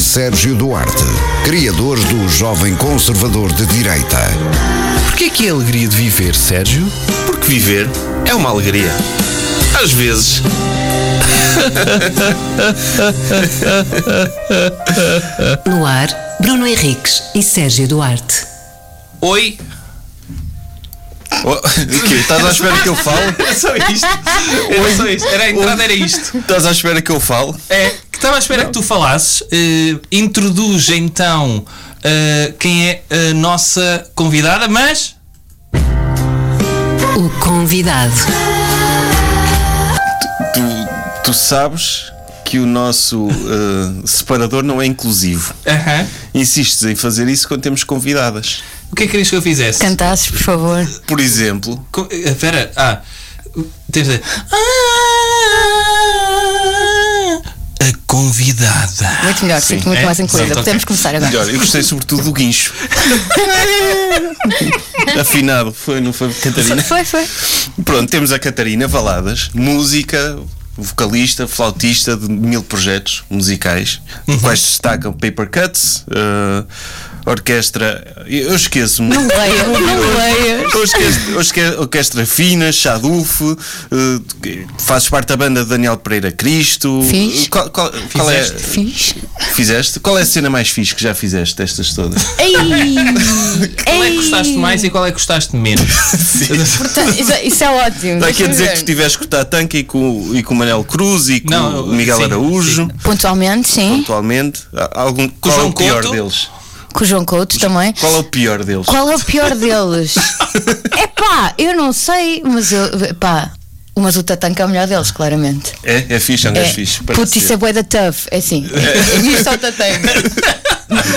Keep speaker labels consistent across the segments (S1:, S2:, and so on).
S1: Sérgio Duarte, criadores do Jovem Conservador de Direita.
S2: Porquê que é a alegria de viver, Sérgio?
S3: Porque viver é uma alegria. Às vezes.
S4: No ar, Bruno Henriques e Sérgio Duarte.
S3: Oi.
S2: O quê? Estás à espera que eu fale?
S3: É só isto. Era só isto. Era a entrada, era isto.
S2: Estás à espera que eu fale?
S3: É, que estava à espera que tu falasses. Eh, introduz então eh, quem é a nossa convidada, mas.
S4: O convidado.
S2: Tu, tu sabes que o nosso eh, separador não é inclusivo.
S3: Aham.
S2: Insistes em fazer isso quando temos convidadas.
S3: O que é que querias que eu fizesse?
S5: Cantasses, por favor.
S2: Por exemplo,
S3: Co- eh, Espera, ah. Tens de. "Ah, A convidada.
S5: Muito melhor, sinto muito
S3: é?
S5: mais incluída.
S3: Sim, ok.
S5: Podemos começar agora.
S2: melhor, eu gostei sobretudo do guincho. Afinado, foi, não foi, Catarina?
S5: Foi, foi.
S2: Pronto, temos a Catarina Valadas, música, vocalista, flautista de mil projetos musicais,
S5: Uhum.
S2: dos quais se destacam Paper Cuts, eh, Orquestra. Eu esqueço-me.
S5: Não leia, não leia.
S2: Orquestra, orquestra, orquestra Fina, Chaduf, fazes parte da banda de Daniel Pereira Cristo.
S5: Fiz.
S2: Qual, qual- qual é,
S3: Fizeste.
S5: Fiz.
S2: fizeste? Qual é a cena mais fixe que já fizeste destas todas?
S5: Ei!
S3: Qual é que
S5: Ei!
S3: gostaste mais e qual é que gostaste menos?
S5: Portanto, Isso, isso é ótimo.
S2: Está Tá aqui a
S5: Deixa-me
S2: dizer
S5: ver.
S2: que
S3: é.
S2: estiveste com o Tatanka e com, e com o Manel Cruz e com
S3: Não,
S2: o Miguel
S3: sim,
S2: Araújo.
S5: Pontualmente, sim.
S2: pontualmente. Há Algum, qual é
S3: João
S2: o pior
S3: Couto?
S2: deles?
S5: Com o João Couto também.
S2: Qual é o pior deles?
S5: Qual é o pior deles? Epá, eu não sei, mas eu. Pá, mas o Tatanka é o melhor deles, claramente.
S2: É? É fixe, é um gajo fixe. parece
S5: Putz, isso
S2: ser.
S5: é bué da tough. É assim. É isto ao Tatanka.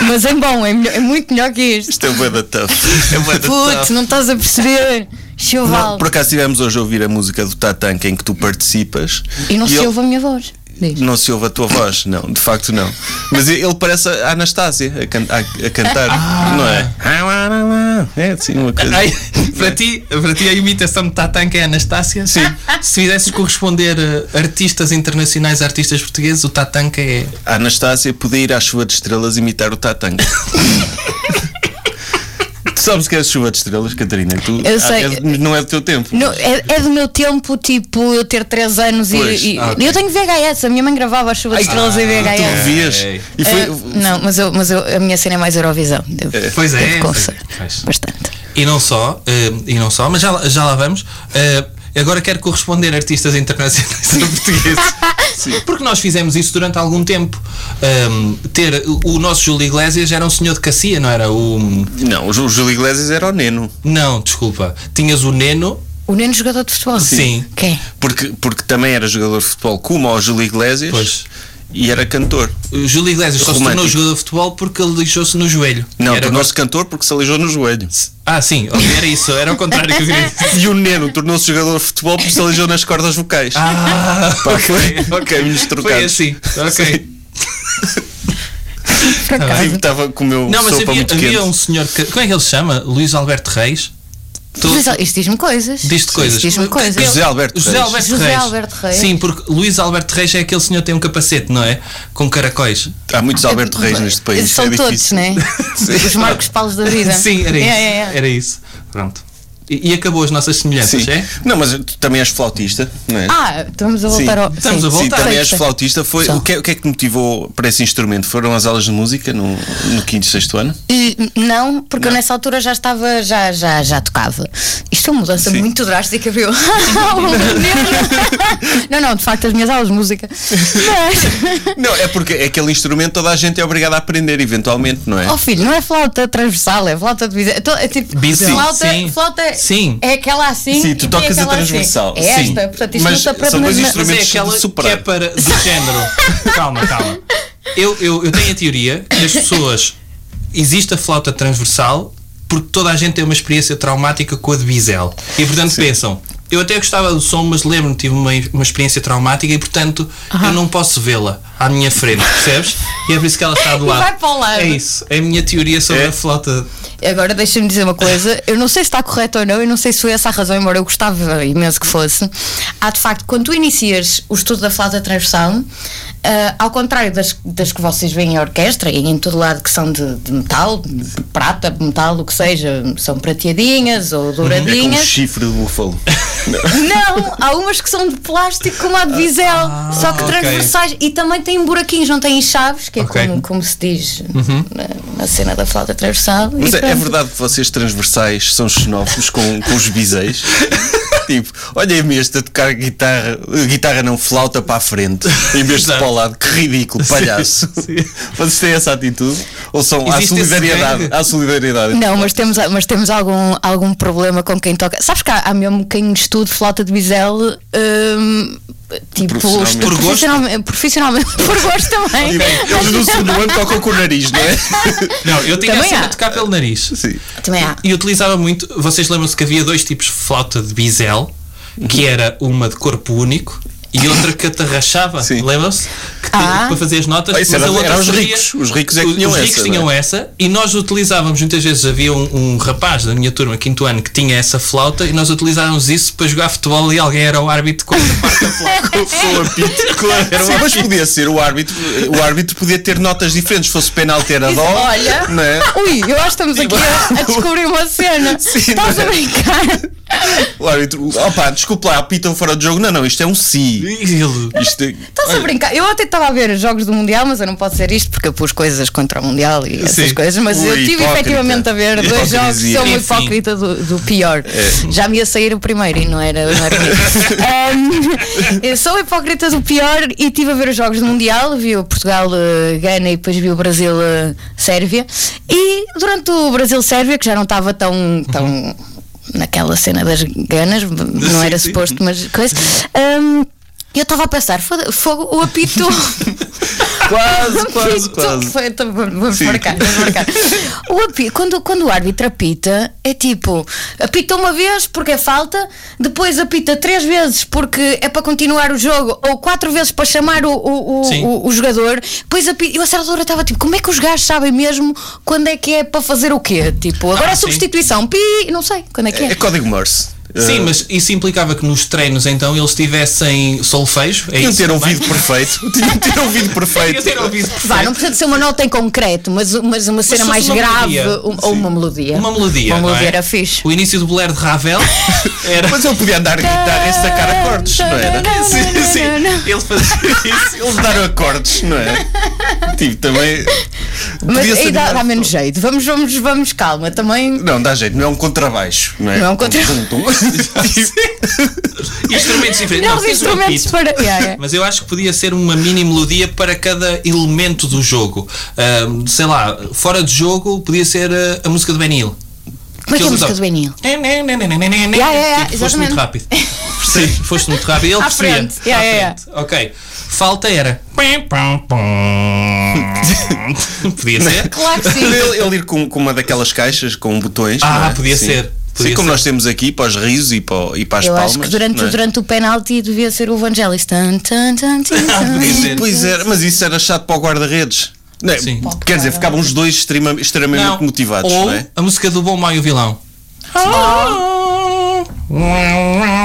S5: Mas é bom, é, melhor- é muito melhor que isto.
S2: Isto é bué da tough. É bué da
S5: Putz, é
S2: tough.
S5: não estás a perceber.
S2: Não,
S5: Choval.
S2: por acaso estivemos hoje a ouvir a música do Tatanka em que tu participas.
S5: E não se
S2: ele-
S5: ouve a minha voz. Diz.
S2: Não se ouve a tua voz, não, de facto não. Mas ele parece a Anastácia a, can- a- a cantar,
S3: Ah.
S2: não é? É assim uma coisa.
S3: Ai, para, ti, para ti, a imitação de Tatanka é a Anastácia? Sim. Se fizesses corresponder eh, artistas internacionais a artistas portugueses, o Tatanka é.
S2: A Anastácia podia ir à chuva de estrelas imitar o Tatanka. tu sabes o que é chuva de estrelas, Catarina? Tu,
S5: Eu sei.
S2: é- não é do teu tempo.
S5: Não, é, é do meu tempo, tipo, eu ter 3 anos e.
S2: Pois,
S5: e-
S3: ah, ok.
S5: Eu tenho VHS, a minha mãe gravava a chuva de estrelas em
S2: ah, tu
S5: VHS.
S2: vias.
S3: Ei.
S2: E foi,
S5: Ah, não, mas, eu, mas eu- a minha cena é mais Eurovisão. Devo,
S3: Pois é, pois
S5: devo
S3: é,
S5: confessar.
S3: pois.
S5: Bastante.
S3: E não só, eh, e não só, mas já, lá- já lá vamos. Eh, agora quero corresponder artistas internacionais a portugueses. Porque nós fizemos isso durante algum tempo. Ahm, ter o, o nosso Júlio Iglesias era um senhor de Cacia, não era? O,
S2: não, o Ju- Júlio Iglesias era o Neno.
S3: não, desculpa. Tinhas o Neno.
S5: O Neno jogador de futebol?
S3: Sim.
S5: Quem?
S2: Porque, porque também era jogador de futebol como o Júlio Iglesias
S3: Pois.
S2: e era cantor.
S3: O Júlio Iglesias só se tornou
S2: Romântico.
S3: jogador de futebol porque ele lixou-se no joelho.
S2: Não,
S3: era
S2: tornou-se cantor porque se aleijou no joelho.
S3: Ah, sim, ok, era isso, era o contrário que eu queria dizer.
S2: E o Neno tornou-se jogador de futebol porque se aleijou nas cordas vocais.
S3: Ah,
S2: Pá, foi- caminhos
S3: Foi
S2: trocados.
S3: assim, ok.
S5: Por
S3: Tá
S5: acaso.
S2: Sim, Estava com o meu
S3: Não, mas
S2: sopa
S3: havia,
S2: muito quente.
S3: havia um senhor que. Como é que ele se chama? Luís Alberto Reis? Tu-
S5: Mas, ó, isto diz-me coisas.
S3: Diz-te coisas.
S5: Isto diz-me coisas.
S3: Quem-
S2: José Alberto
S3: José
S2: Reis.
S3: Alberto
S5: José
S3: Reis.
S5: Alberto Reis.
S3: Sim, porque Luís Alberto Reis é aquele senhor que tem um capacete, não é? Com caracóis.
S2: Há muitos Alberto Reis neste país.
S5: São
S2: é
S5: todos,
S2: difícil.
S5: né? Os Marcos Paulos da vida.
S3: Sim, era isso.
S5: É, é, é.
S3: Era isso. Pronto. E, e acabou as nossas semelhanças,
S2: Sim.
S3: é?
S2: Não, mas tu também és flautista, não é?
S5: Ah, estamos a
S2: Sim.
S5: voltar ao.
S3: Estamos a
S5: sim.
S3: voltar.
S2: Sim, também
S5: Sei,
S2: és
S5: sei.
S2: flautista. Foi,
S5: Só.
S2: o, que é, o que é que te motivou para esse instrumento? Foram as aulas de música no, no quinto e sexto ano?
S5: E, não, porque eu nessa altura já estava, já, já, já tocava. Isto é uma mudança
S2: Sim.
S5: muito drástica, viu? não, não, de facto, as minhas aulas de música. Mas,
S2: Não, é porque é aquele instrumento toda a gente é obrigada a aprender, eventualmente, não é?
S5: oh filho, não é flauta transversal, é flauta de bisel. Então, É tipo,
S3: Bisel,
S5: flauta,
S3: sim.
S5: flauta
S3: Sim.
S5: é aquela assim.
S2: Sim,
S5: e
S2: tu
S5: tem
S2: tocas a
S5: aquela assim.
S2: transversal,
S5: É
S2: sim.
S5: esta, portanto, isto
S2: Mas
S5: não está
S2: são
S5: para.
S2: dois
S5: mas-
S3: Mas é
S2: instrumentos de
S3: aquela que
S2: soprar.
S3: é para do género. calma, calma. Eu, eu, eu tenho a teoria que as pessoas. Existe a flauta transversal porque toda a gente tem uma experiência traumática com a de bisel. E portanto pensam. Eu até gostava do som, mas lembro-me que tive uma, uma experiência traumática e portanto eu não posso vê-la à minha frente, percebes? E é por isso que ela está do
S5: E
S3: lado.
S5: vai para o lado.
S3: É isso. É a minha teoria sobre
S2: É?
S3: a flauta.
S5: Agora deixa-me dizer uma coisa, eu não sei se está correto ou não, eu não sei se foi essa a razão, embora eu gostava imenso que fosse. Há de facto, quando tu inicias o estudo da flauta transversal, Ah, ao contrário das, das que vocês veem em orquestra e em todo lado que são de, de metal, de prata, metal, o que seja, são prateadinhas ou
S2: É como um
S5: douradinhas.
S2: chifre de búfalo.
S5: Não, há umas que são de plástico como a de diesel,
S2: Ah,
S5: só que
S3: ok.
S5: transversais e também têm buraquinhos, não têm chaves, que é
S3: Ok.
S5: como, como se diz na, na cena da flauta transversal.
S2: Uhum. Mas
S5: E
S2: é, é
S3: Então.
S5: pronto.
S2: verdade que vocês transversais são xenófobos com, com os biseis? tipo, olhem-me este a tocar guitarra, eh, guitarra não, flauta para a frente, em vez de
S3: Exato.
S2: para o lado. Que ridículo, palhaço.
S3: sim.
S2: Vocês têm essa atitude? Ou são à
S3: Existe esse
S2: solidariedade?
S3: gangue?
S2: À solidariedade.
S5: Não, mas temos, mas temos algum, algum problema com quem toca. Sabes que há, há mesmo quem estude flauta de bisel. hum, tipo,
S2: Profissionalmente.
S5: estu-
S2: Por
S3: gosto?
S5: profissionalmente, profissionalmente, por gosto também. é-
S2: Eles no segundo ano tocam com o nariz, não é?
S3: Não, eu tinha
S5: Também
S3: assim
S5: há.
S3: a tocar pelo nariz.
S2: Sim.
S5: Também há.
S3: E utilizava muito. Vocês lembram-se que havia dois tipos de flauta de bisel, que
S2: Uhum.
S3: era uma de corpo único e outra que atarrachava.
S2: Sim.
S3: Lembram-se? Que tinha-
S5: Ah.
S3: Para fazer as notas.
S2: Ah, isso
S3: mas
S2: era-
S3: a outra
S2: era os
S3: fazia-
S2: ricos. Os ricos é que
S3: os-
S2: tinham
S3: os
S2: essa,
S3: ricos
S2: não é?
S3: tinham essa e nós utilizávamos muitas vezes. Havia um, um rapaz da minha turma, quinto ano, que tinha essa flauta e nós utilizávamos isso para jogar futebol e alguém era o árbitro com a parte da flauta.
S2: Sou apito, claro.
S3: um
S2: Sim, mas podia ser o árbitro, o árbitro podia ter notas diferentes, fosse penalti era dó.
S5: Olha.
S2: Não é?
S5: Ui, eu acho que estamos aqui a, a descobrir uma cena.
S2: Sim,
S5: Estás
S2: não
S5: a
S2: é?
S5: brincar?
S2: O árbitro, opa, desculpa lá, apitam fora de jogo. Não, não, isto é um si.
S3: E ele-
S2: Isto é-
S5: Estás a brincar? Eu até estava a ver os jogos do Mundial, mas eu não posso dizer isto porque eu pus coisas contra o Mundial e essas
S3: Sim.
S5: coisas, mas eu
S2: Ui,
S5: estive
S2: hipócrita.
S5: efetivamente a ver dois
S2: Hipocrisia.
S5: jogos, sou uma
S3: Enfim.
S5: hipócrita do, do pior.
S2: É.
S5: Já me ia sair o primeiro e não era, não era comigo. Ahm, Eu sou hipócrita do pior e estive a ver os jogos do Mundial, vi o Portugal eh, Gana e depois vi o Brasil eh, Sérvia. E durante o Brasil Sérvia, que já não estava tão. tão Naquela cena das ganas, não era
S3: sim.
S5: suposto, mas coisa. Ahm, eu estava a pensar, foda- fogo, o apito.
S2: Quase, quase,
S5: Apito,
S2: quase.
S5: foi- então Vamos
S2: Sim.
S5: marcar, vamos marcar. O api- quando, quando o árbitro apita, é tipo, apita uma vez porque é falta, depois apita três vezes porque é para continuar o jogo, ou quatro vezes para chamar o, o, o,
S3: Sim.
S5: o- o jogador. Depois apita, eu a certa altura estava tipo, como é que os gajos sabem mesmo quando é que é para fazer o quê? Tipo, agora
S3: Ah,
S5: é
S3: sim.
S5: substituição, pi, não sei quando é que é.
S2: É código Morse.
S3: Sim,
S2: Uh,
S3: mas isso implicava que nos treinos então eles tivessem solfejo. É
S2: Tinham
S3: isso
S2: ter
S3: também?
S2: ouvido perfeito. Tinham ter ouvido perfeito.
S3: Tinham ter ouvido
S5: Vá, não precisa de ser uma nota em concreto, mas, mas uma cena
S3: fosse
S5: mais
S3: é uma
S5: grave
S3: melodia.
S5: um- ou uma melodia.
S3: Uma melodia.
S5: Uma
S3: não
S5: melodia
S3: é?
S5: era fixe.
S3: O início do bolero de Ravel era.
S2: Mas ele podia andar a guitarra e sacar acordes, não era?
S3: sim, sim. Ele fazia isso.
S2: Eles deram acordes, não é? Tipo, também.
S5: Mas
S2: podia ser
S5: aí dá, dá
S2: melhor.
S5: menos jeito. Vamos, vamos, vamos, calma. Também
S2: Não, dá jeito, não é um contrabaixo, não é?
S5: Não é um contra-
S2: Tum, tum, tum.
S3: Instrumentos diferentes.
S5: não, os
S3: fez um
S5: instrumentos
S3: apito.
S5: para. Yeah, yeah.
S3: Mas eu acho que podia ser uma mini melodia para cada elemento do jogo. Ahm, sei lá, fora de jogo podia ser ah, a, música do Benil.
S5: Como é que é a música do Benil? né, Yeah, yeah, yeah,
S3: Tipo, Foste
S5: exatamente.
S3: muito rápido. Sim, foste muito rápido. Ele
S5: À
S3: percebia.
S5: frente. É, Yeah,
S3: À
S5: yeah,
S3: frente. Ok. Falta era. Podia ser.
S5: Claro que sim.
S2: Ele, ele ir com, com uma daquelas caixas com botões.
S3: Ah,
S2: não é?
S3: podia
S2: Sim.
S3: ser,
S2: Sim,
S3: podia
S2: como
S3: ser.
S2: nós temos aqui para os risos e para, o- e para as
S5: Eu
S2: palmas.
S5: acho que durante,
S2: não é?
S5: durante o penalti devia ser o Vangelis. Tan, tan, tan, tan, tan.
S3: podia
S2: Ih,
S3: ser.
S2: Pois era, mas isso era chato para o guarda-redes. Não é?
S3: Sim.
S2: Quer dizer, ficavam os dois extrema- extremamente
S3: Não.
S2: motivados,
S3: Ou
S2: não é?
S3: a música do Bom Maio e o Vilão.
S5: Oh!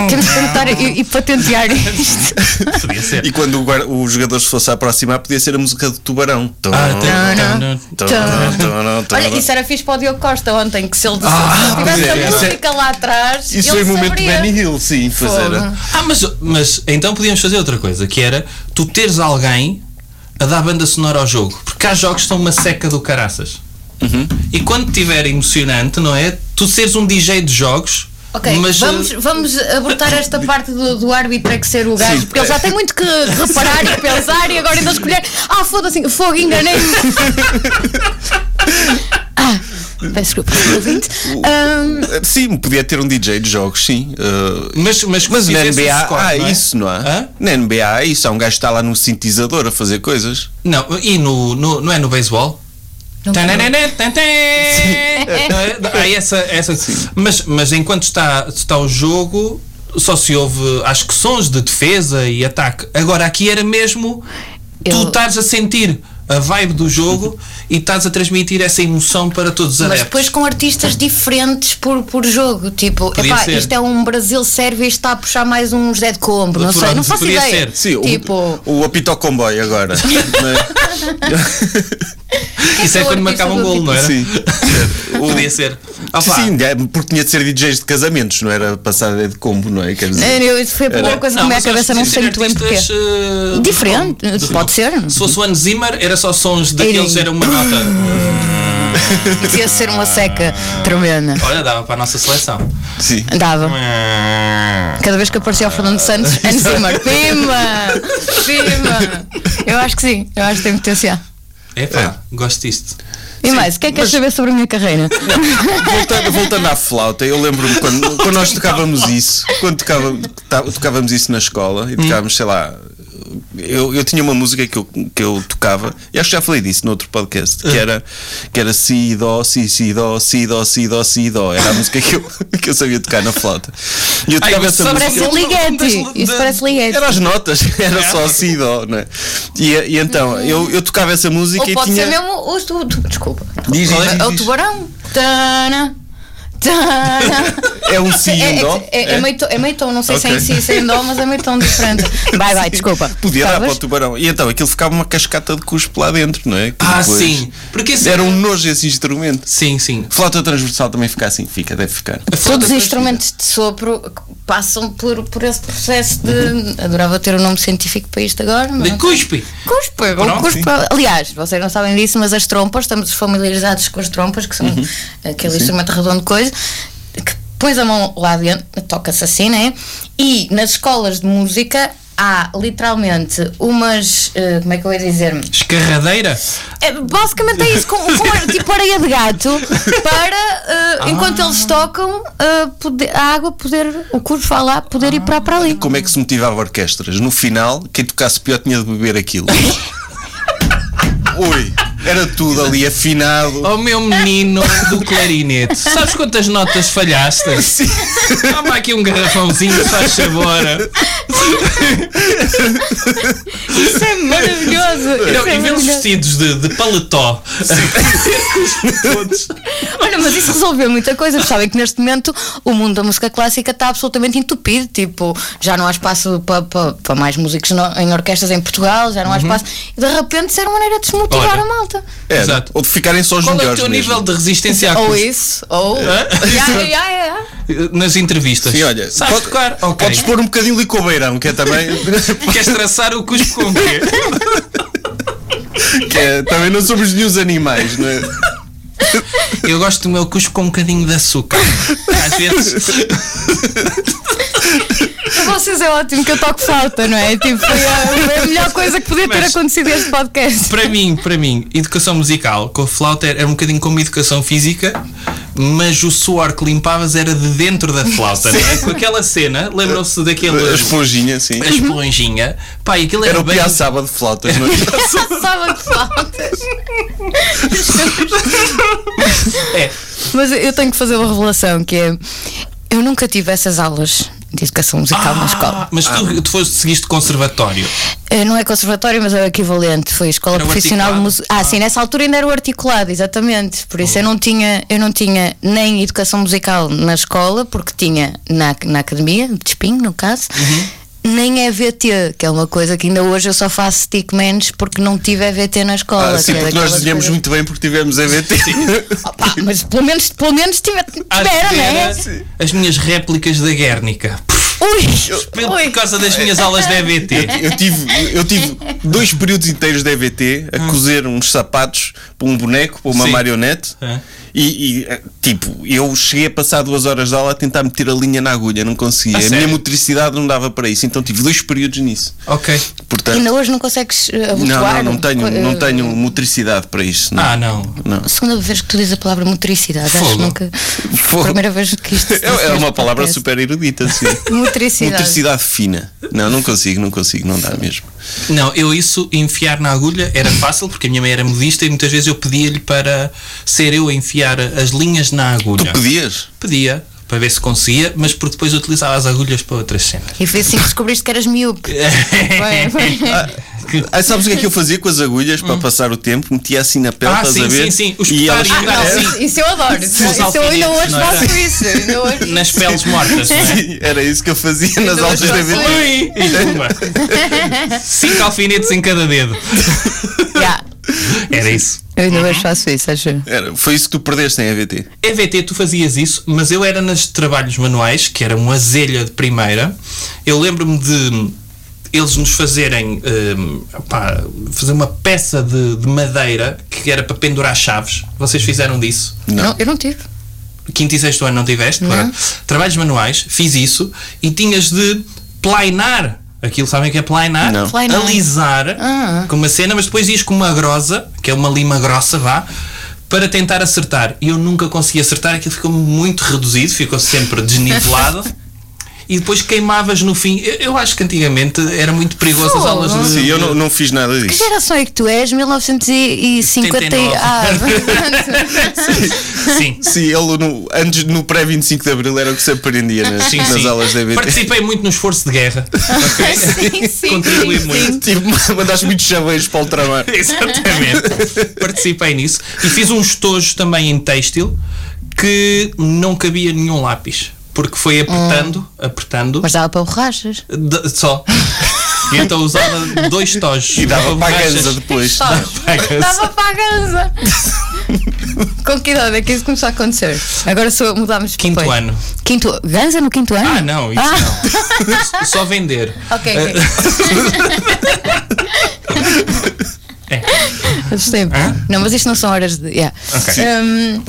S5: Temos que tentar e, e patentear isto.
S3: Podia ser.
S2: E quando o, guarda- o jogador se fosse a aproximar, podia ser a música do tubarão.
S3: Ah, tá,
S5: Não,
S3: tá,
S5: não.
S3: tá.
S5: Olha, isso era fixe para o Diogo Costa ontem, que se ele
S2: Então, Ah,
S5: tivesse
S2: pois é,
S5: a
S2: isso é-
S5: música lá atrás,
S2: Isso foi
S5: ele
S2: o momento de
S5: saberia.
S2: Benny Hill, sim, pois
S5: Fogo.
S2: era.
S3: Ah, mas, mas então podíamos fazer outra coisa, que era tu teres alguém a dar banda sonora ao jogo. Porque há jogos que estão uma seca do caraças.
S2: Uhum.
S3: E quando estiver emocionante, não é? Tu seres um DJ de jogos.
S5: Ok,
S3: mas
S5: vamos,
S3: eh,
S5: vamos abortar esta parte do, do árbitro é que ser o gajo,
S2: Sim.
S5: porque ele já tem muito que reparar e pensar e agora ainda escolher. Ah, foda-se, fogo, enganei-me. ah, peço desculpa, ouvinte. Ahm,
S2: Sim, podia ter um DJ de jogos, sim. Uh,
S3: Mas, mas,
S2: mas na
S3: fizesse
S2: NBA
S3: um score,
S2: há
S3: não é?
S2: isso, não há?
S3: Hã?
S2: Na NBA há isso, há um gajo que está lá no sintetizador a fazer coisas.
S3: Não, e no, no- não é no beisebol? Tananana, tan, tan. Há essa, essa. Mas, mas enquanto está, está o jogo, só se ouve, acho que sons de defesa e ataque. Agora aqui era mesmo
S5: Eu-
S3: tu estás a sentir. a vibe do jogo e estás a transmitir essa emoção para todos os
S5: Mas
S3: adeptos.
S5: depois com artistas diferentes por, por jogo. Tipo,
S3: Podia
S5: epá,
S3: ser.
S5: isto é um Brasil-Sérvia e está a puxar mais um José de Combo. Não sei,
S3: Pronto,
S5: não faço
S3: podia
S5: ideia.
S3: ser.
S2: Sim,
S5: tipo,
S2: o, o apito ao comboio agora. é?
S3: Isso é
S5: o
S3: quando
S5: artista
S3: marcava um
S5: do
S3: golo, não era?
S2: Sim.
S3: Podia ser. Ah, pá,
S2: Sim, é, porque tinha de ser DJs de casamentos, não era passada de combo, não é? Quer dizer,
S5: eu, isso foi a primeira coisa que
S3: Não,
S5: na minha
S3: mas eu acho
S5: cabeça,
S3: que
S5: não
S3: podia
S5: sei
S3: ser
S5: muito bem porquê.
S3: artistas, eh,
S5: Diferente,
S3: de-
S5: pode ser.
S3: Se fosse o Anne Zimmer, era só sons daqueles,
S5: Irem.
S3: era uma nota.
S5: Isso ia ser uma seca
S3: Ah.
S5: tremenda.
S3: Olha, dava para a nossa seleção.
S2: sim.
S5: Andava.
S2: é.
S5: Cada vez que aparecia o Fernando Santos, Anne Zimmer. Pima! Pima! Eu acho que sim, eu acho que tem potencial.
S3: É pá, gosto disto.
S5: E mais, o que é que queres saber sobre a minha carreira?
S2: Voltando, voltando à flauta, eu lembro-me quando, quando nós tocávamos isso, quando tocava, ta- tocávamos isso na escola
S3: Hum.
S2: e tocávamos, sei lá. Eu, eu tinha uma música que eu, que eu tocava, e acho que já falei disso noutro podcast,
S3: Hum.
S2: que era, que era Si, Dó, Si, Si, Dó, Si, Dó, Si, Dó, Si, Dó. Era a música que eu, que eu sabia tocar na flauta. E eu
S3: Ai,
S2: tocava
S3: mas
S2: essa
S3: sabe-
S2: música.
S5: Parece
S3: Eu-
S5: ligante.
S3: das-
S5: Isso
S3: da-
S5: parece ligante.
S2: Era as notas, era só Si, Dó, não é? E, e então, eu, eu tocava essa música
S5: Hum. Ou
S2: e
S5: pode
S2: tinha.
S5: ser mesmo o tu, tu- desculpa.
S2: Diz,
S5: Ou-
S2: diz,
S5: é o
S2: diz.
S5: tubarão. Tana. Tana.
S2: É um si e um
S5: é,
S2: dó?
S5: é- é- é
S2: É?
S5: meio tom, é meio tom, não sei se é em
S2: Ok.
S5: si, se é em dó, mas é meio tom diferente. Vai, vai, desculpa.
S2: Podia dar
S5: Estavas?
S2: para o tubarão. E então aquilo ficava uma cascata de cuspo lá dentro, não é? Que
S3: Ah,
S2: depois-
S3: sim. Porque esse-
S2: Era um nojo esse instrumento.
S3: Sim, sim.
S2: Flauta transversal também fica assim, fica, deve ficar.
S5: Todos os instrumentos de sopro passam por, por esse processo de. Adorava ter o nome científico para isto agora, mas.
S3: De cuspe.
S5: Cuspe, o
S3: Pronto,
S5: cuspe. Aliás, vocês não sabem disso, mas as trompas, estamos familiarizados com as trompas, que são aquele instrumento redondo de coisa, que pões a mão lá dentro, toca-se assim, né? E nas escolas de música há literalmente umas. eh, como é que eu ia dizer?
S3: Escarradeira?
S5: É, basicamente é isso, com, com ar- tipo areia de gato, para eh,
S3: Ah.
S5: enquanto eles tocam, eh, poder- a água poder, o curso vai lá, poder ir para, para
S3: Ah.
S5: ali.
S2: Como é que se motivava orquestras? No final, quem tocasse pior tinha de beber aquilo. Ui, era tudo ali afinado.
S3: Oh meu menino do clarinete, sabes quantas notas falhaste? Sim. Toma aqui um garrafãozinho, se faz favor.
S5: Isso é maravilhoso!
S3: Não,
S5: isso é
S3: e assim. vê-los
S5: maravilhoso.
S3: vestidos de, de paletó. Todos.
S5: Olha, mas isso resolveu muita coisa. porque Sabem que neste momento o mundo da música clássica está absolutamente entupido. Tipo, já não há espaço para mais músicos no- em orquestras em Portugal, já não há espaço. E de repente, isso era uma maneira de desmotivar
S3: Uhum. Olha.
S5: a malta.
S2: Era.
S3: Exato.
S2: Ou de ficarem só os
S3: Qual é o
S2: melhores.
S3: teu
S2: mesmo.
S3: nível de resistência à
S5: Ou
S3: cuspe?
S5: isso, ou.
S3: Ah, Hã?
S5: Ya, ya, ya, ya.
S3: Nas entrevistas.
S2: Sim, olha,
S3: sabes
S2: pode-
S3: tocar? Ok.
S2: Podes pôr um bocadinho de cobeirão, que é também.
S3: Queres traçar o cuspe com o quê?
S2: que é- também não somos nenhum animais, não é?
S3: Eu gosto do meu cuspe com um bocadinho de açúcar. Às vezes.
S5: Para vocês é ótimo que eu toco falta, não é? Tipo, foi a, foi a melhor coisa que podia ter
S3: Mas-
S5: acontecido neste podcast.
S3: Para mim, para mim, educação musical com a flauta era um bocadinho como educação física, mas o suor que limpavas era de dentro da flauta, não é? Com aquela cena, lembram-se
S2: A
S3: daquele.
S2: esponjinha, sim.
S3: A esponjinha. Pá, e aquilo era,
S2: Era um o
S3: bem.
S2: piaçaba de flautas, não é?
S5: Sabe que faltas.
S3: É,
S5: Mas eu tenho que fazer uma revelação que é. Eu nunca tive essas aulas de educação musical na escola.
S3: Ah, mas tu, tu foste, seguiste conservatório.
S5: Eh, Não é conservatório, mas é o equivalente. Foi escola
S3: Era o
S5: profissional de
S3: articulado.
S5: música. Ah, sim, nessa altura ainda era o articulado, exatamente. Por isso eu, não tinha, eu não tinha nem educação musical na escola, porque tinha na, na academia, de espinho, no caso.
S2: Uhum.
S5: Nem EVT, que é uma coisa que ainda hoje eu só faço stickmans porque não tive EVT na escola.
S2: Ah, sim,
S5: que é
S2: porque nós
S5: daquelas
S2: desenhamos
S5: coisas-
S2: muito bem porque tivemos EVT.
S5: Pá, mas pelo menos, pelo menos
S2: Ah,
S5: tive,
S3: Às
S5: tivera, né?
S3: vezes, As minhas réplicas da Guernica.
S5: Ui!
S3: Por
S5: Ui!
S3: causa das minhas aulas de EBT.
S2: Eu tive, eu tive dois períodos inteiros de EVT a cozer uns sapatos para um boneco, para uma
S3: Hum. Sim.
S2: marionete.
S3: É.
S2: E, e, eh, tipo, eu cheguei a passar duas horas de aula a tentar meter a linha na agulha, não conseguia.
S3: A
S2: a minha
S3: sério?
S2: motricidade não dava para isso, então tive dois períodos nisso.
S3: Ok.
S2: Portanto,
S5: Ainda hoje não consegues eh,
S2: não,
S5: abotoar?
S2: não, não tenho,
S5: Eh,
S2: não tenho motricidade para isso. Não.
S3: Ah, não.
S2: não.
S5: Segunda vez que tu dizes a palavra motricidade, acho
S3: Fogo.
S5: que nunca.
S2: Fogo.
S5: Primeira vez que isto.
S2: É, é uma palavra super erudita, sim.
S5: Motricidade.
S2: Motricidade fina. Não, não consigo, não consigo, não dá mesmo.
S3: Não, eu isso, enfiar na agulha, era fácil, porque a minha mãe era modista e muitas vezes eu pedia-lhe para ser eu a enfiar as linhas na
S2: Tu
S3: agulha.
S2: pedias?
S3: Pedia, para ver se conseguia, mas porque depois utilizava as agulhas para outras cenas. É.
S5: E foi assim que descobriste que eras miúdo. Foi, foi.
S2: Ah, Aí sabes o que é que eu fazia com as agulhas para passar o tempo? Metia assim na pele,
S3: Hum. Ah,
S2: estás
S3: sim,
S2: a ver?
S3: sim, sim. Os
S2: e elas Ah, assim.
S3: petarem,
S2: ficavam-
S3: não, sim.
S5: Isso, isso eu adoro. Isso,
S3: Os
S5: isso eu ainda
S3: alfinetes,
S5: hoje
S3: não é?
S5: faço isso. ainda hoje.
S3: Nas peles mortas. não é?
S2: Sim, Era isso que eu fazia nas
S5: duas
S2: aulas da
S5: calças.
S2: vida.
S3: Ui! E pumba. Cinco alfinetes em cada dedo.
S5: Yeah,
S3: Era isso.
S5: Eu ainda hoje faço isso, acho.
S2: Era- Foi isso que tu perdeste em EVT.
S3: EVT, tu fazias isso, mas eu era nas trabalhos manuais, que era uma zelha de primeira. Eu lembro-me de eles nos fazerem hum, pá, fazer uma peça de, de madeira que era para pendurar chaves. Vocês fizeram disso?
S5: Não. eu não tive.
S3: quinto e sexto ano não tiveste,
S2: Né?
S3: claro. Trabalhos manuais, fiz isso e tinhas de planar. Aquilo sabem o que é planar?
S2: Não.
S5: Planar.
S3: Alisar
S5: Ah.
S3: com uma cena, mas depois ias com uma grosa, que é uma lima grossa, vá, para tentar acertar. E eu nunca consegui acertar, aquilo ficou muito reduzido, ficou sempre desnivelado. E depois queimavas no fim. Eu, eu acho que antigamente era muito perigoso as aulas de.
S2: Sim, eu não, não fiz nada
S5: Que
S2: disso.
S5: geração é que tu és? 1950. e- Ah,
S3: Sim.
S2: Sim, ele no, antes no pré-25 de Abril era o que se aprendia nas,
S3: Sim,
S2: nas
S3: sim.
S2: aulas da EVT.
S3: Participei muito no esforço de guerra.
S5: Ah, sim, sim.
S3: Contribuí
S5: sim,
S3: muito.
S5: sim.
S2: Tipo, mandaste muitos chaveiros para o ultramar.
S3: Exatamente. Participei nisso. E fiz um estojo também em têxtil que não cabia nenhum lápis. Porque foi apertando, apertando,
S5: Ah. Mas dava para borrachas.
S3: d- só. E então usava dois tojos.
S2: E dava para a
S3: borrachas.
S2: ganza depois.
S5: Só.
S3: para a ganza.
S5: Dava para a ganza. Com que idade é que isso começou a acontecer? Agora sou, mudámos
S3: Quinto
S5: depois.
S3: ano.
S5: Quinto, ganza no quinto ano?
S3: Ah, não, isso não. Só vender.
S5: Ok, ok. Assustei-me. Não, mas isto não são horas de. yeah.
S3: Ok.
S5: Hum,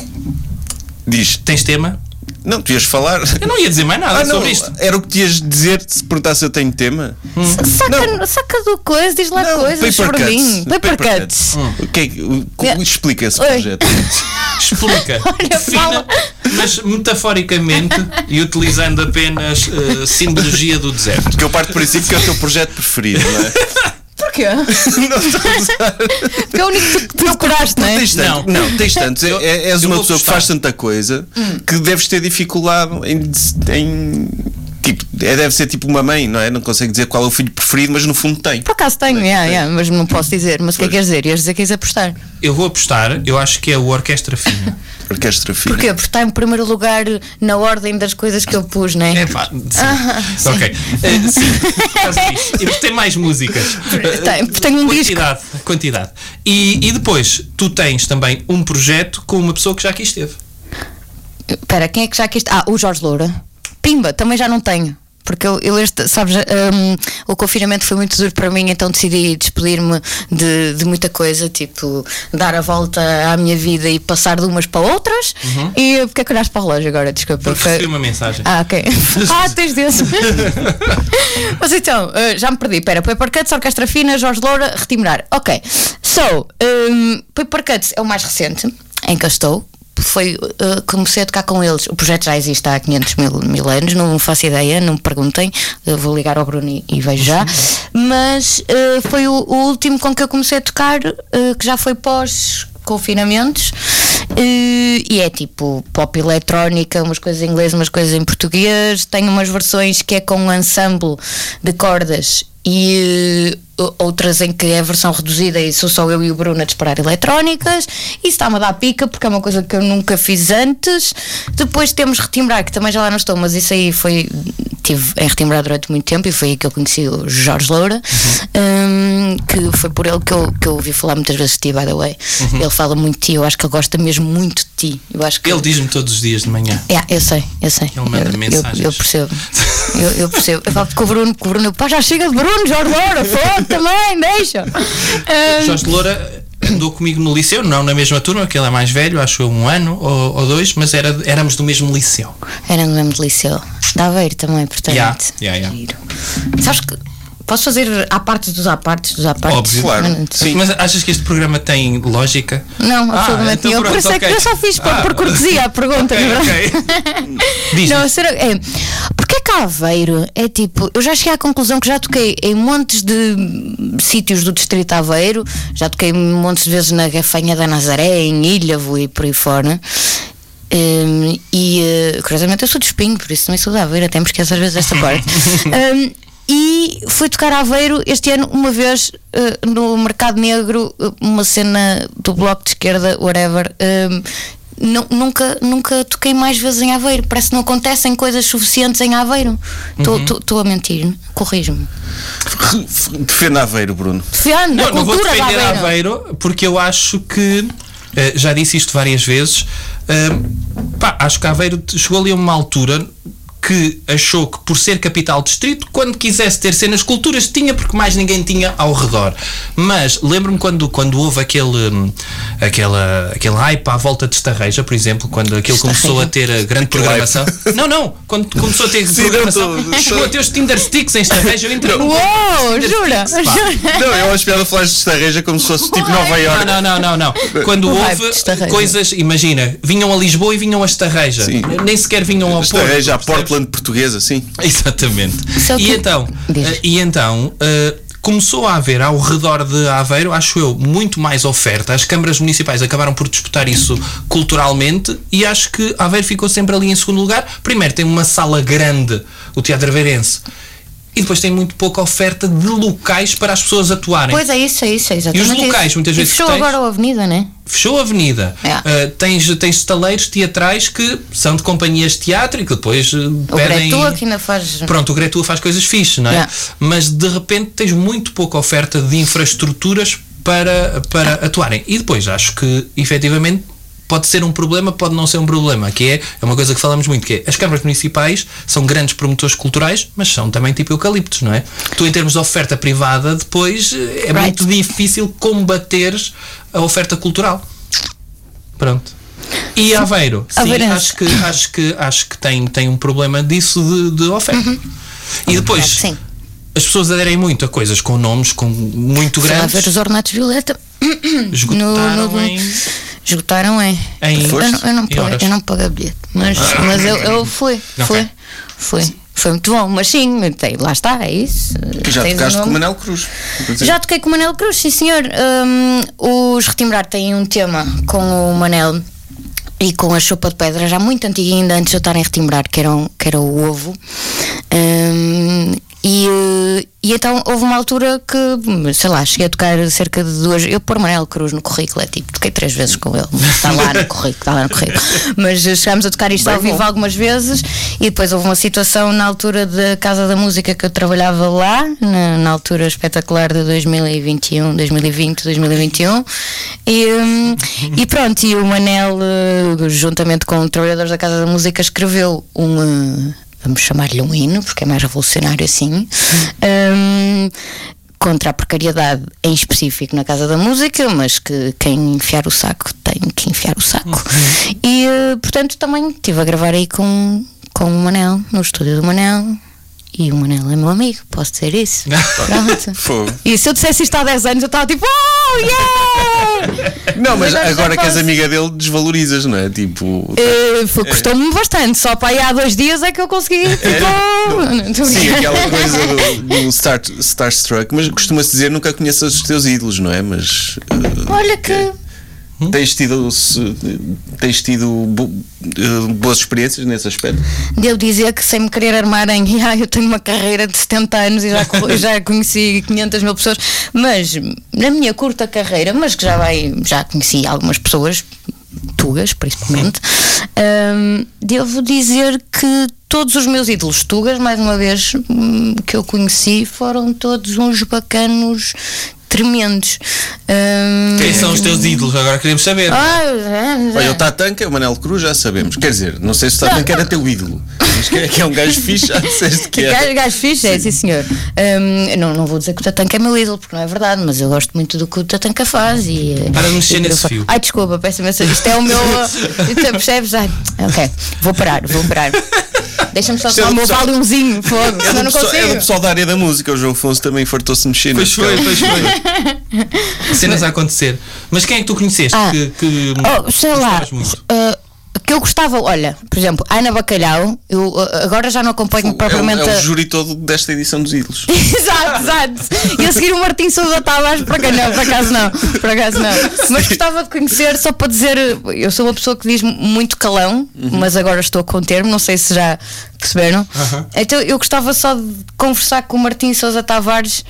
S2: Diz,
S3: Tens tema?
S2: não, tu ias falar.
S3: Eu não ia dizer mais nada
S2: Ah, não,
S3: sobre isto.
S2: era o que te ias dizer se perguntasse eu tenho tema?
S5: saca, saca do coisa, diz lá
S2: Não,
S5: coisas
S2: paper
S5: sobre mim.
S2: cuts.
S5: Paper cuts.
S3: Hum.
S2: O que é que- o-
S5: Yeah.
S2: Explica esse
S5: Oi.
S2: projeto.
S3: Explica.
S5: Olha, fala.
S3: mas metaforicamente e utilizando apenas eh, simbologia do deserto.
S2: Porque eu parto do princípio que é o teu projeto preferido, não é?
S5: Porquê? Porque é o único que tu procuraste, não é?
S2: Tens tanto, não. tens tantos. É-
S3: Eu-
S2: é- és
S3: eu
S2: uma
S3: vou
S2: pessoa que
S3: gostar.
S2: faz tanta coisa
S5: Hum.
S2: que deves ter dificuldade em. em tipo, é, deve ser tipo uma mãe, não é? Não consegue dizer qual é o filho preferido, mas no fundo tem.
S5: Por acaso tenho, yeah, yeah, mas não posso dizer. Mas o que é que queres dizer? Ias dizer que ias apostar.
S3: Eu vou apostar, eu acho que é o Orquestra Fina.
S2: Orquestra filha.
S5: Porquê? Porque está em primeiro lugar na ordem das coisas que eu pus, não é?
S3: É pá, sim. ok. Eh, sim, por causa disso. E porque tem mais músicas.
S5: Tem- tem um disco.
S3: quantidade, Quantidade. E, e depois, tu tens também um projeto com uma pessoa que já aqui esteve.
S5: Espera, quem é que já aqui está? Ah, o Jorge Loura. Pimba, também já não tenho. Porque eu, eu este, sabes, hum, o confinamento foi muito duro para mim, então decidi despedir-me de, de muita coisa, tipo, dar a volta à minha vida e passar de umas para outras. E porque é que olhaste para o relógio agora? Desculpa.
S3: Porque recebi uma mensagem.
S5: Ah, ok. ah, tens desse. Mas então, eh, já me perdi. Pera, Paper Cuts, Orquestra Fina, Jorge Loura, Retiminar. Ok. So, um, Paper Cuts é o mais recente em que eu estou. Foi, eh, comecei a tocar com eles. O projeto já existe há 500 mil, mil anos, não faço ideia, não me perguntem. Eu vou ligar ao Bruno e, e vejo já. Mas eh, foi o, o último com que eu comecei a tocar, eh, que já foi pós confinamentos eh, e é tipo pop eletrónica, umas coisas em inglês, umas coisas em português. Tem umas versões que é com um ensemble de cordas e eh, outras em que é a versão reduzida e sou só eu e o Bruno a disparar eletrónicas. Isso está-me a dar pica porque é uma coisa que eu nunca fiz antes. Depois temos Retimbrar, que também já lá não estou, mas isso aí foi. Estive em Retimbrar durante muito tempo e foi aí que eu conheci o Jorge Loura, hum, que foi por ele que eu, que eu ouvi falar muitas vezes de ti, by the way. Ele fala muito de ti, eu acho que ele gosta mesmo muito de ti. Eu acho que
S3: Uhum. Ele diz-me todos os dias de manhã.
S5: Yeah, eu sei, eu sei.
S3: Ele manda
S5: eu, eu-
S3: mensagens.
S5: Eu, percebo. Eu, eu percebo. Eu falo com o Bruno, com o Bruno, pá, já chega de Bruno, Jorge Loura, foda também, deixa. Ahm,
S3: Jorge Loura andou comigo no liceu, não na mesma turma, que ele é mais velho, acho eu um ano ou, ou dois, mas era, éramos do mesmo liceu.
S5: era no mesmo de liceu. Dá a ver também, portanto.
S3: Yeah, yeah, yeah.
S5: Giro. Sabes que posso fazer à parte dos à partes dos à partes?
S3: Óbvio.
S2: Claro.
S5: Não, não,
S2: Sim.
S3: Mas achas que este programa tem lógica?
S5: Não,
S3: Ah,
S5: absolutamente
S3: então
S5: nenhum.
S3: pronto,
S5: por isso é que
S3: ok.
S5: eu só fiz por,
S3: Ah,
S5: por cortesia a pergunta, é na verdade.
S3: ok. Diz-me.
S5: Não, será, é, porque é que Aveiro é tipo. Eu já cheguei à conclusão que já toquei em montes de hum, sítios do Distrito de Aveiro, já toquei montes de vezes na Gafanha da Nazaré, em Ilhavo e por aí fora. né? Hum, e eh, curiosamente eu sou de espinho, por isso também sou de Aveiro, até me esqueço às vezes desta parte. Hum, e fui tocar a Aveiro este ano uma vez eh, no Mercado Negro, eh, uma cena do Bloco de Esquerda, whatever. ehm, nu- nunca, nunca toquei mais vezes em Aveiro. Parece que não acontecem coisas suficientes em Aveiro.
S3: Uhum.
S5: Estou a mentir, corrijo-me.
S2: Re- f- Defende Aveiro, Bruno.
S5: Defendo a
S3: Não, não vou
S5: cultura da
S3: defender a
S5: Aveiro.
S3: Aveiro porque eu acho que eh, já disse isto várias vezes. eh, pá, acho que a Aveiro te- chegou ali a uma altura que achou que por ser capital distrito, quando quisesse ter cenas culturas tinha porque mais ninguém tinha ao redor. Mas lembro-me quando, quando houve aquele, hum, aquela, aquele hype à volta de Estarreja, por exemplo, quando aquilo começou a ter a grande programação. Não, não, quando começou a ter
S2: não,
S3: programação,
S2: tô-
S3: chegou a ter os Tinder Sticks em Estarreja, eu entrei no
S5: Uou,
S3: Tinder
S5: jura,
S3: Sticks, pá.
S5: jura.
S2: Não, eu acho piada flash de estarreja como se fosse tipo Nova York.
S3: Não, não, não, não, não. Quando
S5: Não vai,
S3: houve
S5: Estarreja.
S3: coisas, imagina, vinham a Lisboa e vinham a Estarreja.
S2: Sim.
S3: Nem sequer vinham ao
S2: Estarreja à
S3: Porto. percebes?
S2: Portland portuguesa, sim.
S3: Exatamente.
S5: Só
S3: E
S5: que-
S3: então,
S5: Diz.
S3: eh, e então eh, começou a haver ao redor de Aveiro, acho eu, muito mais oferta. As câmaras municipais acabaram por disputar isso culturalmente e acho que Aveiro ficou sempre ali em segundo lugar. Primeiro tem uma sala grande, o Teatro Aveirense. E depois tem muito pouca oferta de locais para as pessoas atuarem.
S5: Pois é isso, é isso, é exatamente
S3: né? locais,
S5: isso.
S3: muitas
S5: E
S3: vezes
S5: Fechou
S3: tens-
S5: agora a avenida, né?
S3: fechou a avenida.
S5: É.
S3: Uh, tens, tens estaleiros teatrais que são de companhias de teatro e que depois uh,
S5: O
S3: pedem.
S5: Gretua que ainda faz.
S3: Pronto, o Gretua faz coisas fixe, não é?
S5: é? Yeah.
S3: Mas de repente tens muito pouca oferta de infraestruturas para, para atuarem. E depois acho que efetivamente pode ser um problema, pode não ser um problema, que é, é uma coisa que falamos muito, que é as câmaras municipais são grandes promotores culturais, mas são também tipo eucaliptos, não é? Tu em termos de oferta privada, depois eh, é
S5: Right.
S3: muito difícil combateres a oferta cultural. Pronto. E Aveiro, sim,
S5: Aveirense.
S3: acho que, acho que, acho que tem, tem um problema disso de, de
S5: Uhum.
S3: oferta. E depois,
S5: Sim.
S3: as pessoas aderem muito a coisas com nomes com muito
S5: Foi lá ver
S3: grandes,
S5: os ornatos violeta.
S3: esgotaram
S5: no-
S3: em...
S5: Esgotaram, é.
S3: Em-
S5: eu, não- eu, não
S3: Em
S5: paguei,
S3: horas. Ah,
S5: eu não paguei bilhete, mas, mas eu, eu fui,
S3: Ok.
S5: fui, fui. Foi muito bom, mas sim, tem- lá está, é isso.
S2: Que já
S5: Tens o
S2: tocaste com o
S5: nome.
S2: Manel Cruz.
S5: Já toquei com o Manel Cruz, sim senhor. Hum, os Retimbrar têm um tema com o Manel e com a Sopa de Pedra, já muito antiga, ainda antes de eu estar em Retimbrar, que era, um- que era o ovo. Hum, e, eh, e então houve uma altura que, sei lá, cheguei a tocar cerca de duas. Eu pôr Manel Cruz no currículo, é tipo, toquei três vezes com ele, está lá no currículo, está lá no currículo. Mas eh, chegámos a tocar isto ao vivo algumas vezes e depois houve uma situação na altura da Casa da Música que eu trabalhava lá, na, na altura espetacular de 2021, 2020, 2021. E, hum, e pronto, e o Manel, eh, juntamente com trabalhadores da Casa da Música, escreveu um. eh, Vamos chamar-lhe um hino, porque é mais revolucionário assim. hum, contra a precariedade, em específico na Casa da Música, mas que quem enfiar o saco tem que enfiar o saco. E, eh, portanto, também estive a gravar aí com, com o Manel, no estúdio do Manel. E o Manel é meu amigo, posso dizer isso. Pronto.
S2: Fogo.
S5: E se eu dissesse isto há 10 anos, eu estava tipo, oh, yeah!
S2: Não, mas
S5: Agora já
S2: agora que és
S5: posso.
S2: amiga dele, desvalorizas, não é? Tipo.
S5: Eh, foi- Custou-me bastante, só para aí há dois dias é que eu consegui. Tipo, oh!
S2: Sim, aquela coisa do, do Star, Starstruck, mas costuma-se dizer nunca conheças os teus ídolos, não é? Mas eh,
S5: Olha que.
S2: tens tido, se- tens tido bo- eh, boas experiências nesse aspecto.
S5: de eu dizer que sem me querer armar em ah, eu tenho uma carreira de 70 anos e já, co- já conheci 500 mil pessoas, mas na minha curta carreira, mas que já vai, já conheci algumas pessoas, tugas principalmente, hum, devo dizer que todos os meus ídolos tugas, mais uma vez, hum, que eu conheci, foram todos uns bacanos tremendos. Hum,
S3: Quem são os teus ídolos? Agora queremos saber.
S5: ah,
S2: Olha, o Tatanka, o Manel Cruz, já sabemos. Quer dizer, não sei se o Tatanka era teu ídolo, mas que é, que é um gajo fixe, já disseste que era.
S5: Gajo, gajo fixe, é, sim senhor. Hum, eu não, não vou dizer que o Tatanka é meu ídolo, porque não é verdade, mas eu gosto muito do que o Tatanka faz. E,
S3: Para de mexer
S5: e-
S3: nesse fio.
S5: Ai, desculpa, peço imensa. Isto é o meu. isto é- percebes? Ai, ok, vou parar, vou parar. Deixa-me só
S2: Isto é
S5: tomar
S2: do
S5: o meu
S2: pessoal-
S5: valiumzinho, fogo,
S2: É
S5: senão
S2: do,
S5: não
S2: pessoal, é do
S5: consigo.
S2: pessoal da área da música, o João Afonso também fartou-se mexer
S3: Pois
S2: nesse
S3: foi,
S2: carro.
S3: pois foi. Cenas a acontecer. Mas quem é que tu conheceste
S5: Ah.
S3: que, que
S5: Oh, sei lá,
S3: gostavas muito?
S5: ah, que que eu gostava, olha, por exemplo, Ana Bacalhau, eu uh, agora já não acompanho propriamente.
S2: É o, é
S5: a-
S2: o júri todo desta edição dos Ídolos.
S5: exato, exato. E a seguir o Martim Sousa Tavares, por acaso não, por acaso não, por acaso não. Mas gostava de conhecer, só para dizer, eu sou uma pessoa que diz muito calão,
S2: Uhum.
S5: mas agora estou a conter-me, não sei se já perceberam. Então eu gostava só de conversar com o Martim Sousa Tavares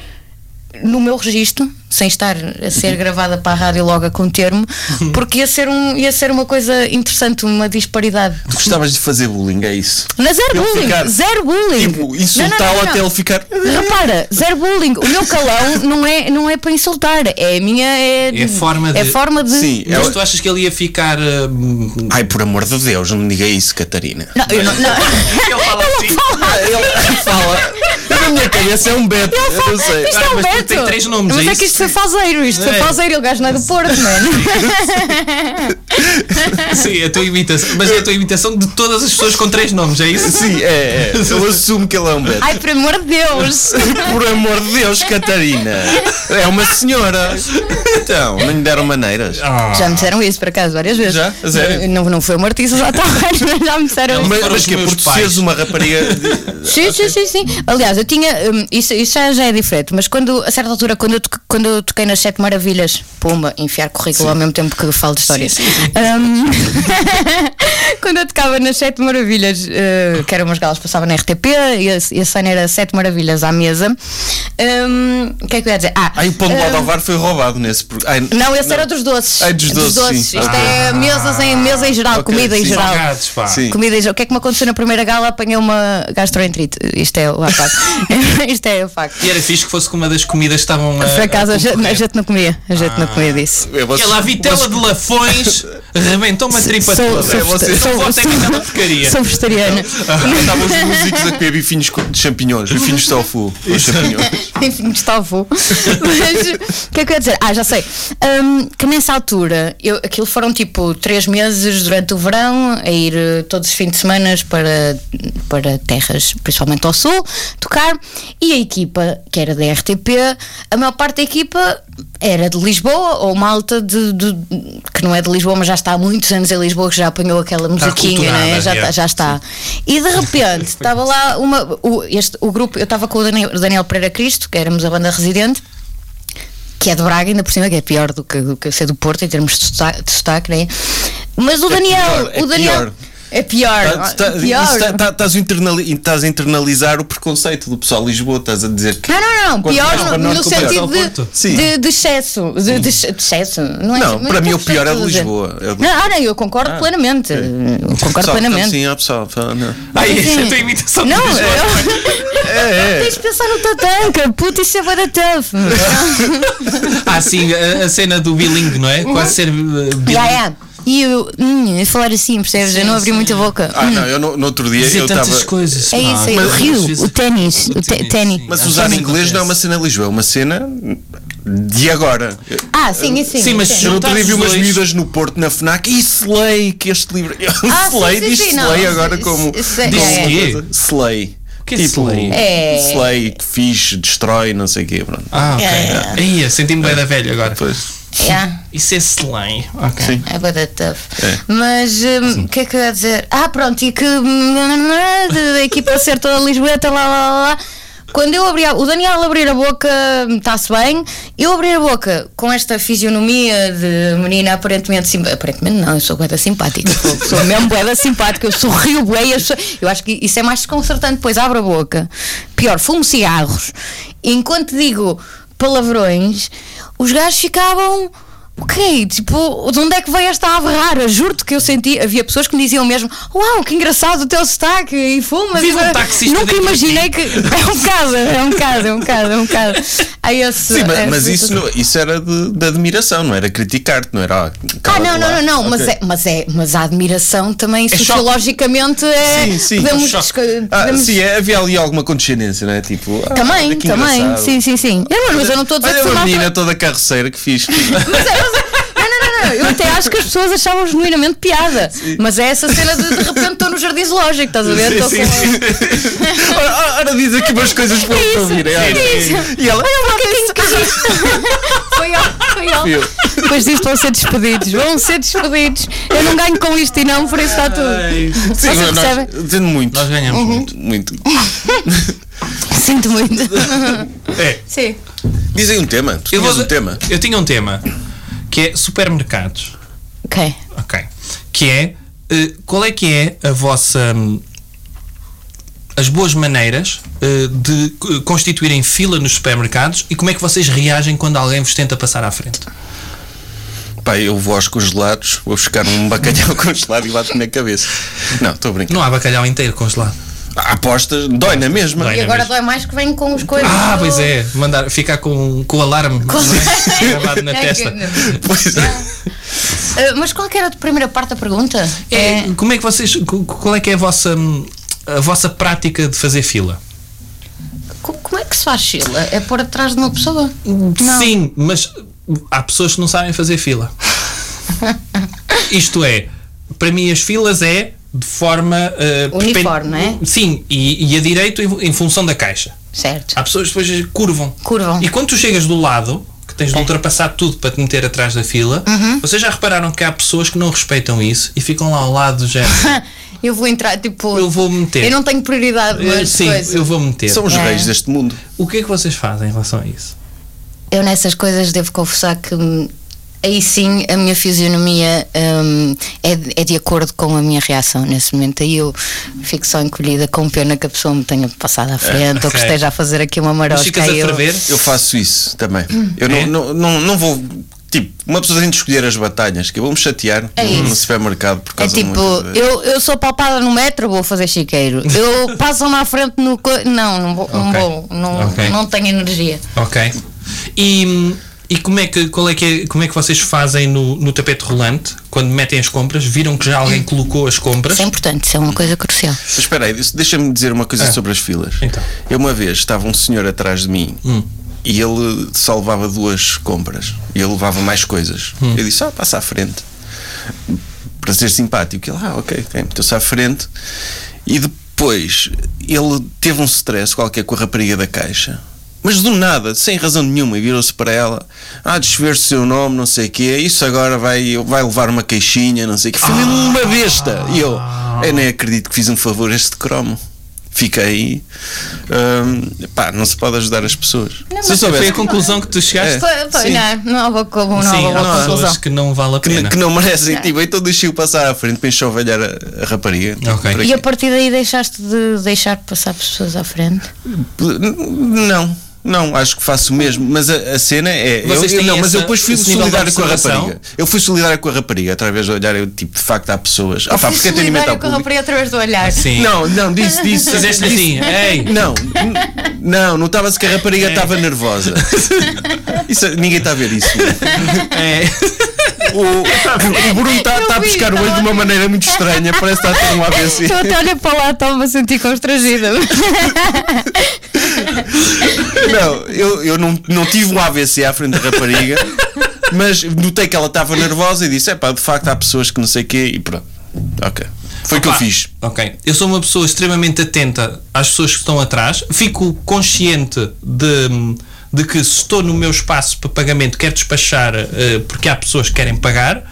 S5: no meu registro, sem estar a
S2: Uhum.
S5: ser gravada para a rádio logo a conter-me, porque ia ser, um, ia ser uma coisa interessante, uma disparidade.
S2: Tu gostavas de fazer bullying, é isso?
S5: Não, zero
S2: Ele
S5: bullying,
S2: ficar-
S5: zero bullying.
S2: Tipo,
S5: Não, não,
S2: insultá-lo
S5: não, não.
S2: até ele ficar.
S5: Repara, zero bullying. O meu calão não é, não é para insultar, é a minha. É,
S3: É a forma de-
S5: É a forma de.
S2: Sim, é
S3: Mas
S2: o- É
S3: tu achas que ele ia ficar. hum,
S2: Ai, por amor de Deus, não me diga isso, Catarina.
S5: Não, eu não, não.
S3: ele fala assim.
S2: Ele fala. Na minha cabeça é um Beto. Eu não sei.
S5: Isto
S3: Ah,
S5: é o
S3: mas tu
S5: Beto.
S3: tem três nomes,
S5: Mas
S3: é
S5: é
S3: isso?
S5: que isto foi falseiro, isto foi
S3: É.
S5: falseiro, o gajo não é do Porto, mano.
S3: ah, Sim, a tua imitação. Mas é a tua imitação de todas as pessoas com três nomes, é isso?
S2: Sim, é, é. Eu assumo que ele é um Beto.
S5: Ai, por amor de Deus!
S2: Por amor de Deus, Catarina. É uma senhora. Então, não lhe deram maneiras.
S3: Ah,
S5: Já me disseram isso, por acaso, várias vezes.
S2: Já? A sério?
S5: Não, não foi o Martins já mas já me disseram isso.
S2: Mas,
S3: foram
S2: mas
S3: os
S2: que
S3: meus
S2: por tu
S3: pais.
S2: seres uma rapariga. de-
S5: Sim, sim, sim, sim. Aliás, eu tinha. hum, isso isso já, já é diferente, mas quando, a certa altura, quando eu, to- quando eu toquei nas Sete Maravilhas, pumba, enfiar currículo ao mesmo tempo que eu falo de histórias. Hum, quando eu tocava nas Sete Maravilhas, eh, que eram umas galas que passavam na RTP, e a, e a cena era Sete Maravilhas à mesa. hum, O que é que eu ia dizer? Ah,
S2: Ai, o pão de
S5: hum,
S2: Valdovar foi roubado nesse. pro- Ai,
S5: não, esse era dos doces.
S2: Ai, dos doces, sim. Ah.
S5: Isto é mesas em, mesa em geral,
S2: Ok,
S5: comida em
S2: sim.
S5: geral.
S3: Salgados, pá.
S2: Sim.
S5: Comida e jo- O que é que me aconteceu na primeira gala? Apanhei uma gastroenterite. Isto é o facto. Isto é o facto.
S3: E era fixe que fosse com uma das comidas que estavam a.
S5: Por acaso,
S3: a Ah.
S5: a gente, a
S3: concorrer.
S5: gente não comia. A gente não comia disso.
S2: É, vocês-
S3: Aquela vitela de lafões rebentou uma tripa
S5: sou-
S3: toda.
S5: sou
S3: Vocês
S5: vegeta-
S3: não
S5: sou-
S3: votem
S5: sou-
S3: naquela porcaria. Então, ah.
S5: Sou vegetariana.
S2: Estavam os músicos a comer bifinhos co- de champignons, bifinhos de tofu. com champignons.
S5: Enfim, Gustavo. Mas o que é que eu ia dizer? Ah, já sei. Hum, que nessa altura, eu, aquilo foram tipo três meses durante o verão a ir eh, todos os fins de semana para, para terras, principalmente ao sul, tocar. E a equipa, que era da RTP, a maior parte da equipa era de Lisboa ou malta de, de- que não é de Lisboa, mas já está há muitos anos em Lisboa, que já apanhou aquela musiquinha, não é?
S3: aculturada,
S5: Já,
S3: é.
S5: tá- já está. E de repente estava lá uma, o, este, o grupo, eu estava com o Daniel, Daniel Pereira Cristo, que éramos a banda residente, que é de Braga, ainda por cima, que é pior do que, do que ser do Porto em termos de sotaque, de sotaque, né? Mas o Daniel,
S2: pior, é
S5: o Daniel
S2: pior.
S5: é pior,
S2: Tá- tá-
S5: é
S2: isso
S5: pior.
S2: tá- tá- Estás a internali- estás a internalizar o preconceito do pessoal de Lisboa, estás a dizer que.
S5: Não, não, não,
S2: Quanto
S5: pior
S2: mais para
S5: no,
S2: nós
S5: no
S2: comparado
S5: sentido
S3: ao Porto.
S5: de,
S2: Sim.
S5: de, de excesso. De, de ex- de excesso. Não, é
S2: Não,
S5: mas
S2: para mim o
S5: percebo
S2: pior é
S5: o que
S2: de
S5: estás a dizer.
S2: Lisboa, é de-
S5: Não, ah, não, eu concordo plenamente. Eu concordo
S2: Pessoal,
S5: plenamente.
S2: então, Sim, há pessoal. tá, não.
S3: Ai,
S5: Sim.
S3: isso é a tua imitação
S5: Não,
S3: de Lisboa.
S5: eu.
S2: É.
S5: Tens de pensar no Tatanka, puta, isso é bué da tough.
S3: Ah, sim, a, a cena do bilingue, não é? Quase ser uh, bilingue.
S5: Uhum. Já é. E eu, hum, a falar assim, percebes? eu não abri muita boca.
S2: Ah, não, eu no, no outro dia
S3: Dizer
S2: eu
S3: tantas
S2: estava.
S3: coisas.
S5: É
S3: pá.
S5: isso aí, o
S3: Mas-
S5: rio, o ténis, o te-
S3: ténis,
S5: ténis.
S3: sim.
S2: Mas
S3: Acho
S2: usar
S3: que
S2: inglês não é uma
S3: acontece.
S2: cena de Lisboa, é uma cena de agora. Eu-
S5: Ah, sim, e sim.
S3: Sim, mas
S2: Eu no outro dia vi
S3: Juntar os
S2: umas
S3: dois.
S2: miúdas no Porto, na FNAC, e Slay, que este livro.
S5: Ah, sim,
S2: slay,
S5: sim,
S2: diz
S5: sim,
S2: Slay
S5: não,
S2: agora
S5: isso-
S2: como.
S5: isso é-
S2: como
S3: Diz
S2: uma
S3: quê?
S2: coisa. Slay. Tipo,
S3: que é slay?
S5: É.
S2: Slay, fixe, destrói, não sei o quê. Pronto.
S3: Ah, ok.
S5: É.
S3: Ia, senti-me bem da velha agora.
S2: Pois.
S5: Yeah,
S3: Isso é slang. Ok.
S5: é bué da tough. Mas hum, o que é que eu ia dizer? Ah, pronto, e que hum, da equipa ser toda Lisboeta, lá, lá, lá, lá. Quando eu abri a, o Daniel abrir a boca, hum, está-se bem. Eu abrir a boca com esta fisionomia de menina aparentemente sim, aparentemente não, eu sou boeda simpática. Sou, sou mesmo boeda simpática, eu sorrio bué, e as pessoas- eu acho que isso é mais desconcertante, pois abro a boca. Pior, fumo cigarros. Enquanto digo palavrões, os gajos ficavam Ok, tipo, de onde é que veio esta ave rara? Juro-te que eu senti, havia pessoas que me diziam mesmo: Uau, que engraçado o teu sotaque e fumas.
S3: Vive
S5: e-
S3: um taxista
S5: Nunca
S3: dentro de
S5: imaginei que. É um bocado, é um bocado, é um bocado, é um bocado. Aí esse,
S2: Sim, mas,
S5: esse-
S2: mas isso, não- isso era de, de admiração, não era criticar-te, não era. "Ah,
S5: Ah,
S2: cala-te
S5: não, não,
S2: lá."
S5: não, não, mas,
S2: Ok. É
S5: é, mas é, mas a admiração também
S3: choque.
S5: sociologicamente é.
S2: Sim, sim,
S5: podemos.
S2: um choque.
S5: esca-
S2: Ah,
S5: podemos-
S2: sim, é, havia ali alguma condescendência, não é? Tipo, ah, olha
S5: Também,
S2: que
S5: também,
S2: engraçado.
S5: sim, sim, sim. Eu não, mas eu não estou a dizer
S2: Olha
S5: que foi
S2: uma
S5: mal.
S2: menina toda carroceira que fiz.
S5: Não, não, não, não, Não, eu até acho que as pessoas achavam genuinamente piada. Mas é essa cena de de repente estou no jardim zoológico, estás a ver? Estou com.
S2: ora, ora- ora diz aqui umas coisas
S3: Tipo,
S2: para
S5: É isso,
S2: ouvir.
S5: é
S2: isso. E ela,
S3: "Tá,
S5: Olha o macaquinho que existe. Foi ele, foi ele.
S2: eu,
S5: Depois disto vão ser despedidos, vão ser despedidos. Eu não ganho com isto e não, por isso está tudo.
S3: É.
S2: sim,
S5: Vocês
S2: nós,
S5: percebem?
S2: dizendo muito.
S3: Nós ganhamos
S2: muito. muito.
S5: Sinto muito.
S3: É,
S5: Sim.
S2: Dizem um tema. Tu
S3: eu,
S2: tinhas
S3: vou-
S2: um tema.
S3: eu tinha um tema que é supermercados.
S5: Ok.
S3: Ok. Que é eh, qual é que é a vossa hum, as boas maneiras eh, de eh, constituírem fila nos supermercados e como é que vocês reagem quando alguém vos tenta passar à frente?
S2: Pá, eu vou aos congelados, vou buscar um bacalhau congelado e bato na cabeça. Não, estou a brincar.
S3: Não há bacalhau inteiro congelado.
S2: Há Apostas, dói na mesma.
S3: Dói.
S5: E
S3: É
S5: agora
S3: mesmo.
S5: dói mais que vem com os coisas.
S3: Ah,
S5: do-
S3: pois é, mandar ficar com, com o alarme é? gravado na
S5: É
S3: testa.
S5: que-
S2: Pois é.
S5: Ah, mas qual que era a primeira parte da pergunta? Eh,
S3: É, Como é que vocês co- qual é que é a vossa hum, a vossa prática de fazer fila?
S5: co- como é que se faz Sheila? É pôr atrás de uma pessoa?
S3: Sim, mas há pessoas que não sabem fazer fila. Isto é, para mim as filas é de forma eh,
S5: Uniforme,
S3: perpen-
S5: não é?
S3: Sim, e, e a direito em, em função da caixa.
S5: Certo.
S3: Há pessoas que depois curvam.
S5: Curvam.
S3: E quando tu chegas do lado, que
S5: É.
S3: tens de ultrapassar tudo para te meter atrás da fila,
S5: Uhum.
S3: vocês já repararam que há pessoas que não respeitam isso e ficam lá ao lado do género.
S5: Eu vou entrar, tipo.
S3: Eu vou meter.
S5: Eu não tenho prioridade, mas.
S3: Eh, Sim,
S5: coisa.
S3: eu vou meter.
S2: São os
S5: É.
S2: reis deste mundo.
S3: O que é que vocês fazem em relação a isso?
S5: Eu nessas coisas devo confessar que hum, aí sim a minha fisionomia hum, é, de- é de acordo com a minha reação nesse momento. Aí eu fico só encolhida com pena que a pessoa me tenha passado à frente ou que
S3: ok.
S5: esteja a fazer aqui uma
S3: É. Mas
S5: marosca.
S3: ficas a
S5: aí eu-
S3: ferver?
S2: Eu faço isso também. Eu não,
S3: É?
S2: não, não, não vou. Tipo, uma pessoa tem de escolher as batalhas, que eu vou-me chatear
S5: É
S2: no- no
S5: isso.
S2: supermercado por
S5: É
S2: causa de
S5: tipo,
S2: uma-
S5: eu, eu sou palpada no metro, vou fazer chiqueiro. Eu passo-me à frente no. co- Não, não vou. Não,
S3: Ok.
S5: vou, não,
S3: Ok.
S5: não tenho energia.
S3: Ok. E, e como, é que, qual é que é- como é que vocês fazem no, no tapete rolante quando metem as compras? Viram que já alguém colocou as compras?
S5: Isso é importante, isso é uma coisa crucial.
S2: Mas Espera aí, deixa-me dizer uma coisa
S3: Ah.
S2: sobre as filas.
S3: Então.
S2: Eu uma vez estava um senhor atrás de mim e ele só levava duas compras. E ele levava mais coisas. Eu disse, ah, passa à frente. Para ser simpático. Ele, ah, ok, ok, meteu-se à frente. E depois ele teve um stress qualquer com a rapariga da caixa. Mas do nada, sem razão nenhuma, e virou-se para ela, ah, desver o seu nome, não sei o quê, isso agora vai, vai levar uma caixinha, não sei o quê. Foi mesmo uma besta! E eu, eu nem acredito que fiz um favor a este cromo. Fiquei. hum, pá, não se pode ajudar as pessoas.
S5: mas
S2: se eu
S3: Foi
S2: soubesse
S3: a conclusão que tu chegaste?
S2: É.
S5: Pô, pô,
S2: Sim.
S5: Não, não há boa, co- não há
S3: Sim,
S5: boa
S3: há
S5: conclusão.
S3: pessoas que não vale a
S2: que,
S3: pena.
S2: que não merecem, tipo, então deixei-o passar à frente para enxovalhar a, a rapariga.
S3: Ok.
S2: Para
S5: E
S2: quê?
S5: a partir daí deixaste de deixar passar pessoas à frente?
S2: Não, não, acho que faço o mesmo. Mas a, a cena é. Eu,
S3: Vocês
S2: eu-
S3: têm
S2: não, mas eu
S3: essa-
S2: depois fui
S3: esse nível de
S2: solidário com a
S3: observação?
S2: rapariga. Eu fui solidário com a rapariga, através de olhar, eu tipo, de facto há pessoas. Ah, pá, porque
S5: Fui
S2: atendimento ao
S5: solidário com a
S2: público.
S5: rapariga através do olhar.
S3: Sim.
S2: Não, não, disse, disse.
S3: Fizeste
S2: disse-
S3: assim, ei!
S2: Não, n- não, notava-se que a rapariga estava nervosa. Isso- ninguém está a ver isso.
S3: É.
S2: O, o Bruno está
S5: Eu
S2: está a
S5: vi,
S2: buscar o olho
S5: estava
S2: de uma
S5: a ver.
S2: maneira muito estranha, parece que está a ter um AVC.
S5: Eu até olho para lá, estava-me a sentir constrangida.
S2: um Não, eu, eu não, não tive um AVC à frente da rapariga, mas notei que ela estava nervosa e disse: é pá, de facto há pessoas que não sei o quê e pronto. Ok. Foi o que eu
S3: Pá,
S2: fiz.
S3: Ok. Eu sou uma pessoa extremamente atenta às pessoas que estão atrás. Fico consciente de, de que se estou no meu espaço para pagamento, quero despachar eh, porque há pessoas que querem pagar.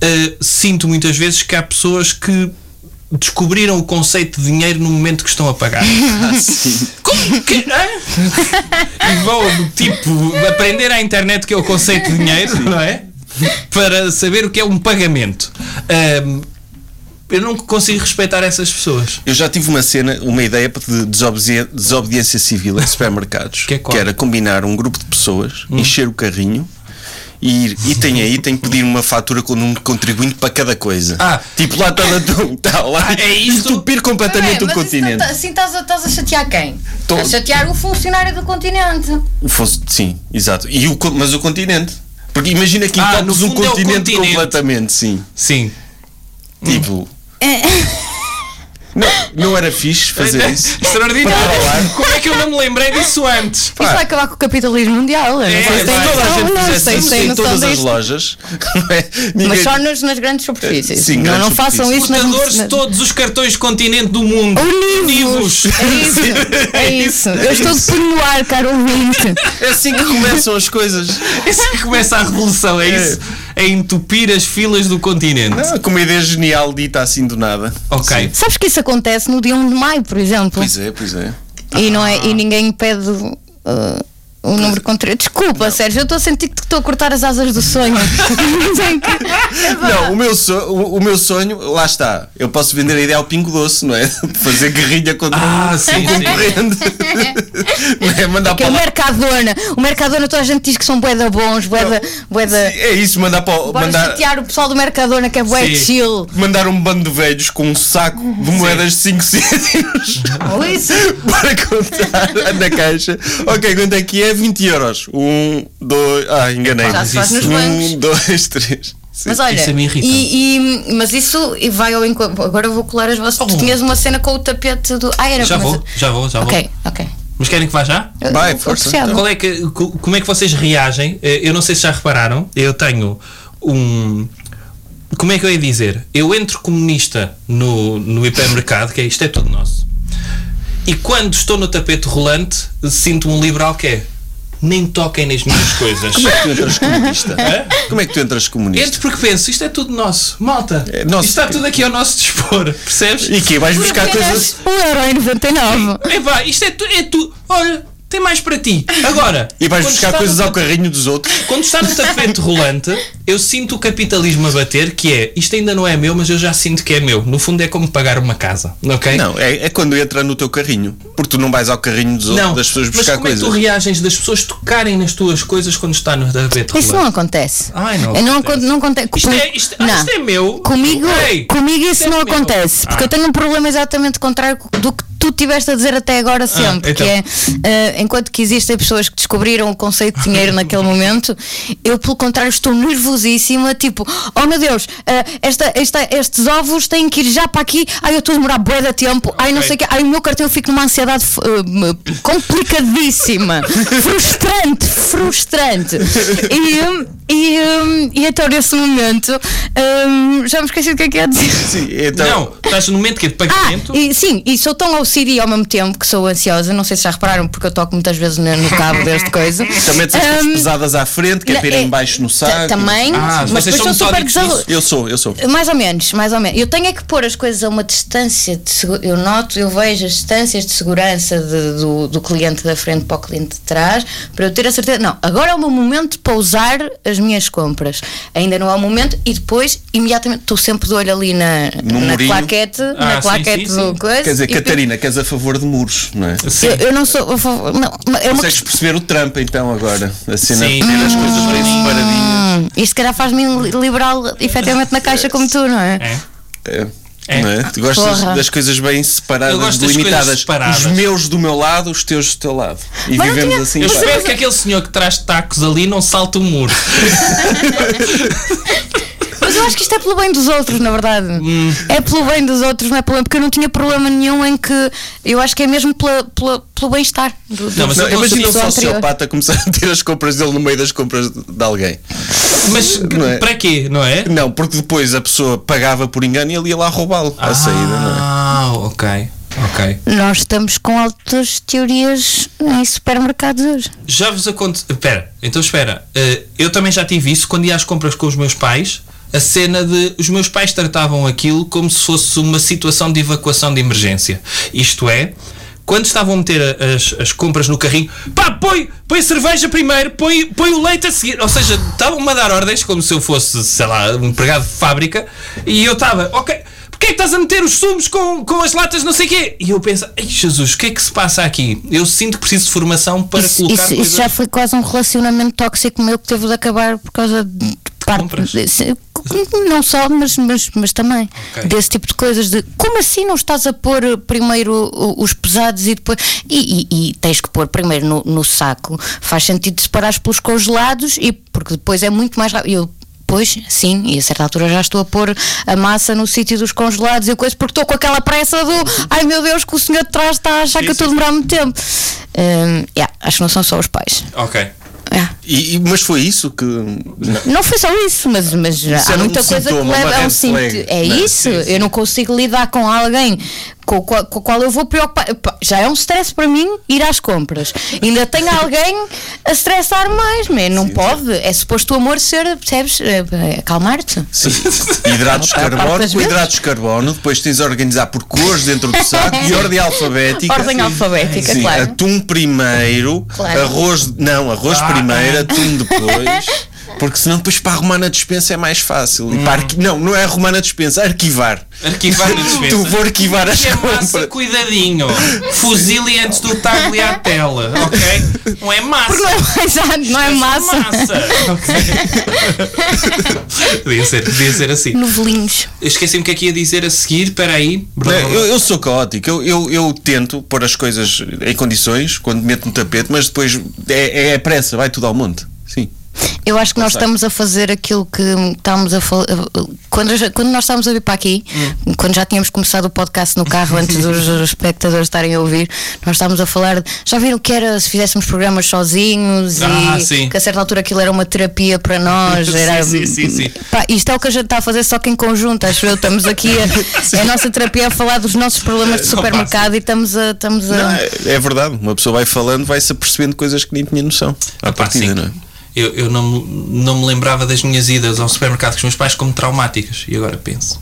S3: Eh, sinto muitas vezes que há pessoas que descobriram o conceito de dinheiro no momento que estão a pagar. Como que. hã? E vou, tipo, aprender à internet que é o conceito de dinheiro, não é? Para saber o que é um pagamento. Ahm, eu não consigo respeitar essas pessoas.
S2: Eu já tive uma cena, uma ideia de desobedi- desobediência civil em supermercados,
S3: Que é qual? Hum.
S2: era combinar um grupo de pessoas, encher o carrinho. E, ir- e tem aí, tem que pedir uma fatura com um número de contribuinte para cada coisa.
S3: Ah.
S2: tipo, lá está tá, lá
S3: Ah, é Ah, isto?
S2: entupir completamente o continente.
S5: Assim estás a, estás a chatear quem?
S2: Tô-
S5: A chatear o funcionário do continente.
S2: O fosse- sim, exato. E o, co- mas o continente. Porque imagina que
S3: Ah,
S2: encontras
S3: no
S2: um
S3: fundo é o
S2: continente,
S3: continente.
S5: É.
S2: completamente, sim.
S3: Sim.
S2: Tipo. Não, Tipo, não era fixe
S3: É.
S2: fazer isso.
S3: Extraordinário. Como é que eu não me lembrei disso antes?
S5: Isto vai acabar com o capitalismo mundial. eu Não sei se tem
S2: É, toda a
S5: noção,
S2: gente
S5: não
S2: fizesse
S5: sei se
S2: isso
S5: tem
S2: em
S5: noção
S2: todas as
S5: disto.
S2: lojas. não é?
S5: é Mas
S2: Ninguém-
S5: só nos- nas grandes superfícies.
S2: Sim,
S5: não,
S2: grandes
S5: não façam
S2: superfícies.
S5: isso nas,
S3: Portadores de
S5: nas,
S3: todos os cartões continente do mundo.
S5: Univos! É isso, é isso. Eu estou de punho no ar, caro ouvinte.
S2: É assim que começam as coisas.
S3: É assim que começa a revolução, é isso? É entupir as filas do continente.
S2: Não, com uma ideia genial dita assim do nada.
S3: Ok.
S2: Sim.
S5: Sabes que isso acontece no dia 1 de maio, por exemplo.
S2: Pois é, pois é.
S5: E, não é, e ninguém pede uh, um número contrário. Desculpa, Sérgio, eu estou a sentir que estou a cortar as asas do sonho. Tem que-
S2: Não, o meu, so- o, o meu sonho, lá está. Eu posso vender a ideia ao Pingo Doce, não é? Fazer guerrilha contra
S3: Ah,
S2: o
S3: sim,
S2: concorrente. não é? Mandar
S5: Que é
S2: para
S5: o
S2: lá.
S5: Mercadona. O Mercadona, toda a gente diz que são boeda bons, boeda. boeda
S2: É isso, mandar para o-
S5: bora
S2: mandar,
S5: chatear o pessoal do Mercadona que é bué
S3: Sim.
S5: chill.
S2: mandar um bando de velhos com um saco de moedas de 5 cêntimos
S5: Ou isso.
S2: para contar na caixa. Ok, quanto é que é? 20 euros. Um, dois. Ah, enganei.
S5: Já se faz nos bancos.
S2: um, dois, três. Sim.
S5: Mas olha,
S3: Isso me irrita.
S5: e, e- mas isso e vai ao encontro. Agora eu vou colar as vossas. Tu tinhas uma cena com o tapete do. Ah, era
S3: Já
S5: mas-
S3: vou, já vou, já vou.
S5: Ok, ok.
S3: Mas querem que vá já?
S5: Eu-
S2: Vai,
S5: eu- eu
S2: força,
S5: percebo.
S3: Qual é que, co- como é que vocês reagem? Eh, Eu não sei se já repararam, eu tenho um. Como é que eu ia dizer? Eu entro comunista no, no hipermercado, que é isto é tudo nosso. E quando estou no tapete rolante, sinto um liberal que é. Nem toquem nas minhas coisas.
S2: Como é que tu entras comunista? Como é que tu entras comunista?
S3: Entro porque penso, isto é tudo nosso. Malta,
S2: É nosso.
S3: isto está tudo aqui ao nosso dispor, percebes?
S2: E que vais
S5: Por
S2: buscar coisas.
S5: apenas 1,99€.
S3: Epá, isto é tu, é tu. Olha, tem mais para ti. Agora.
S2: E vais
S3: quando
S2: buscar
S3: está
S2: coisas
S3: no
S2: ao carrinho dos outros.
S3: Quando está no tapete rolante, eu sinto o capitalismo a bater, que é isto ainda não é meu, mas eu já sinto que é meu. No fundo é como pagar uma casa, ok?
S2: Não, é, é quando entra no teu carrinho. Porque tu não vais ao carrinho dos outros,
S3: Não,
S2: das pessoas
S3: mas
S2: buscar
S3: como é que tu
S2: coisas.
S3: reagens das pessoas tocarem nas tuas coisas quando está no tapete rolante?
S5: Isso não acontece.
S3: Ai, não
S5: Eu não,
S3: acontece.
S5: acon- não acontece.
S3: Isto é- isto- ah, isto é meu?
S5: Comigo,
S3: Ei,
S5: comigo isso
S3: isto é
S5: não
S3: meu.
S5: acontece. Porque
S3: Ah.
S5: eu tenho um problema exatamente contrário do que tu tiveste a dizer até agora sempre.
S3: então.
S5: Que é, ah, enquanto que existem pessoas que descobriram o conceito de dinheiro naquele momento, eu, pelo contrário, estou nervosíssima. Tipo, oh meu Deus, ah, esta, esta- estes ovos têm que ir já para aqui. Ai, eu estou a demorar bué de tempo. Ai, não
S3: Ok.
S5: sei o quê. Ai, o meu cartão fica numa ansiedade ah, complicadíssima. frustrante, frustrante. E, e, e até nesse momento, ah, já me esqueci do que é que ia dizer.
S2: Sim, então.
S3: Não, estás no momento que é de
S5: Ah,
S3: pagamento.
S5: e, sim, e sou tão OCD ao mesmo tempo que sou ansiosa. Não sei se já repararam, porque eu toco muitas vezes no, no cabo deste coisa.
S2: Também tens as coisas
S5: Ahm,
S2: pesadas à frente, que é
S5: na-
S2: para
S5: é-
S2: ir embaixo no
S5: ta-
S2: saco.
S5: Também,
S3: Ah,
S5: mas
S3: vocês
S5: depois
S3: são
S5: sou super
S3: metódicos
S5: desarru-
S3: nisso?
S2: Eu sou, eu sou.
S5: mais ou menos, mais ou menos. Eu tenho é que pôr as coisas a uma distância de segu- Eu noto, eu vejo as distâncias de segurança de- do, do cliente da frente para o cliente de trás, para eu ter a certeza. Não, agora é o meu momento para usar as minhas compras. Ainda não é o momento, e depois, imediatamente, estou sempre de olho ali na,
S2: No
S5: na
S2: murinho.
S5: claquete,
S3: Ah,
S5: na
S3: sim,
S5: claquete
S3: sim,
S5: do
S3: sim.
S5: coisa.
S2: Quer dizer,
S5: e-
S2: Catarina, que és a favor de muros, não é?
S3: Sim.
S5: Eu, eu não sou. a favor- Não, é uma
S2: Consegues perceber o Trump então agora? A cena
S3: Sim.
S2: de ter as coisas bem
S3: Hum.
S2: separadinhas.
S5: Hum, isto se calhar faz-me um li- liberal efetivamente na caixa como tu, não é?
S3: É.
S2: É.
S3: É.
S2: Não é? Tu gostas
S5: Ah, Porra.
S2: das coisas bem separadas,
S3: Eu gosto das
S2: delimitadas.
S3: coisas separadas.
S2: Os meus do meu lado, os teus do teu lado. E
S5: Mas não
S2: vivemos
S5: tinha-
S2: assim.
S3: Eu
S2: pá.
S3: espero que aquele senhor que traz tacos ali não salte o muro.
S5: Mas eu acho que isto é pelo bem dos outros, na verdade. É pelo bem dos outros, não é pelo bem, porque eu não tinha problema nenhum em que. Eu acho que é mesmo pela- pela- pelo bem-estar do, do
S3: Não, mas
S2: Não,
S3: eu posso-
S2: imagina um
S5: pessoa anterior.
S2: sociopata começar a ter as compras dele no meio das compras de alguém.
S3: Mas
S2: Não é?
S3: para quê, não é?
S2: Não, porque depois a pessoa pagava por engano e ele ia lá roubá-lo à saída, não é?
S3: Ah, ok. Ok.
S5: Nós estamos com altas teorias em supermercados hoje.
S3: Já vos aconteceu. Espera, então espera. Eh, eu também já tive isso quando ia às compras com os meus pais. A cena de. Os meus pais tratavam aquilo como se fosse uma situação de evacuação de emergência. Isto é. Quando estavam a meter a- as, as compras no carrinho, pá, põe, põe a cerveja primeiro, põe, põe o leite a seguir. Ou seja, estavam-me a dar ordens como se eu fosse, sei lá, um empregado de fábrica e eu estava, ok, Porquê é que estás a meter os sumos com, com as latas não sei o quê? E eu penso, ai Jesus, o que é que se passa aqui? Eu sinto que preciso de formação para
S5: Isso,
S3: colocar
S5: isso- isso
S3: coisas...
S5: já foi quase um relacionamento tóxico meu que teve de acabar por causa de parte.
S3: compras?
S5: desse- Não só, mas, mas, mas também
S3: Ok.
S5: desse tipo de coisas. De como assim não estás a pôr eh, primeiro o- os pesados e depois. E, e- e tens que pôr primeiro no, no saco. Faz sentido separares pelos congelados e porque depois é muito mais rápido. Eu, pus depois, sim, e a certa altura já estou a pôr a massa no sítio dos congelados e coisa, porque estou com aquela pressa do ai meu Deus, que o senhor de trás está a achar
S3: Sim,
S5: É que eu estou a
S3: sim,
S5: demorar muito tempo. Hum, yeah, acho que não são só os pais.
S3: Ok.
S5: Yeah.
S2: E- e- mas foi isso que.
S5: Não foi só isso, mas, mas há
S2: era um
S5: muita coisa
S2: sintoma,
S5: que
S2: uma
S5: leva a um
S2: red
S5: sintoma.
S2: flag,
S5: É
S2: né?
S5: isso,
S2: Sim, sim.
S5: eu não consigo lidar com alguém com o qual, com o qual eu vou preocupar. Pá, Já é um stress para mim ir às compras. Ainda tenho alguém a estressar mais, man. não pode. É suposto o amor ser, percebes? Eh, eh, Acalmar-te.
S2: Sim. Hidratos de carbono,
S5: Altas
S2: com
S5: vezes.
S2: hidratos de carbono, depois tens a organizar por cores dentro do saco e ordem alfabética.
S5: Ordem alfabética,
S2: Sim, é.
S5: claro.
S2: atum primeiro,
S5: Claro.
S2: arroz. Não, arroz
S3: Ah.
S2: primeiro, atum depois. Porque senão depois para arrumar na dispensa é mais fácil. E para arqui- Não, não é arrumar na dispensa, é arquivar.
S3: Hum. Arquivar na dispensa.
S2: Tu vou arquivar as
S3: E a é massa,
S2: compras.
S3: cuidadinho. Fuzile antes do taco e à tela, ok? Não é massa.
S5: Não é mais nada, não é massa.
S3: Ok. podia, ser, podia ser assim.
S5: Novelinhos.
S3: Eu esqueci-me o que é que ia dizer a seguir. Espera aí.
S2: Não, eu, eu sou caótico, eu, eu, eu tento pôr as coisas em condições quando meto no tapete, mas depois é, é pressa, vai tudo ao monte. Sim.
S5: Eu acho que nós
S2: sei.
S5: estamos a fazer aquilo que estávamos a falar. Quando, já- quando nós estávamos a vir para aqui,
S3: Hum.
S5: quando já tínhamos começado o podcast no carro antes dos espectadores estarem a ouvir, nós estávamos a falar. de- Já viram o que era se fizéssemos programas sozinhos
S3: Ah,
S5: e
S3: sim.
S5: que a certa altura aquilo era uma terapia para nós?
S3: Sim,
S5: Era,
S3: sim, sim, sim.
S5: Pá, isto é o que a gente está a fazer só que em conjunto, acho eu. Estamos aqui a, a nossa terapia a falar dos nossos problemas de
S3: Não passa.
S5: supermercado e estamos a. Estamos a
S2: Não, é, é verdade, uma pessoa vai falando, vai se apercebendo coisas que nem tinha noção. À
S3: Ah, pá,
S2: partida,
S3: sim.
S2: não é?
S3: Eu, eu não, me- não me lembrava das minhas idas ao supermercado com os meus pais como traumáticas. E agora penso.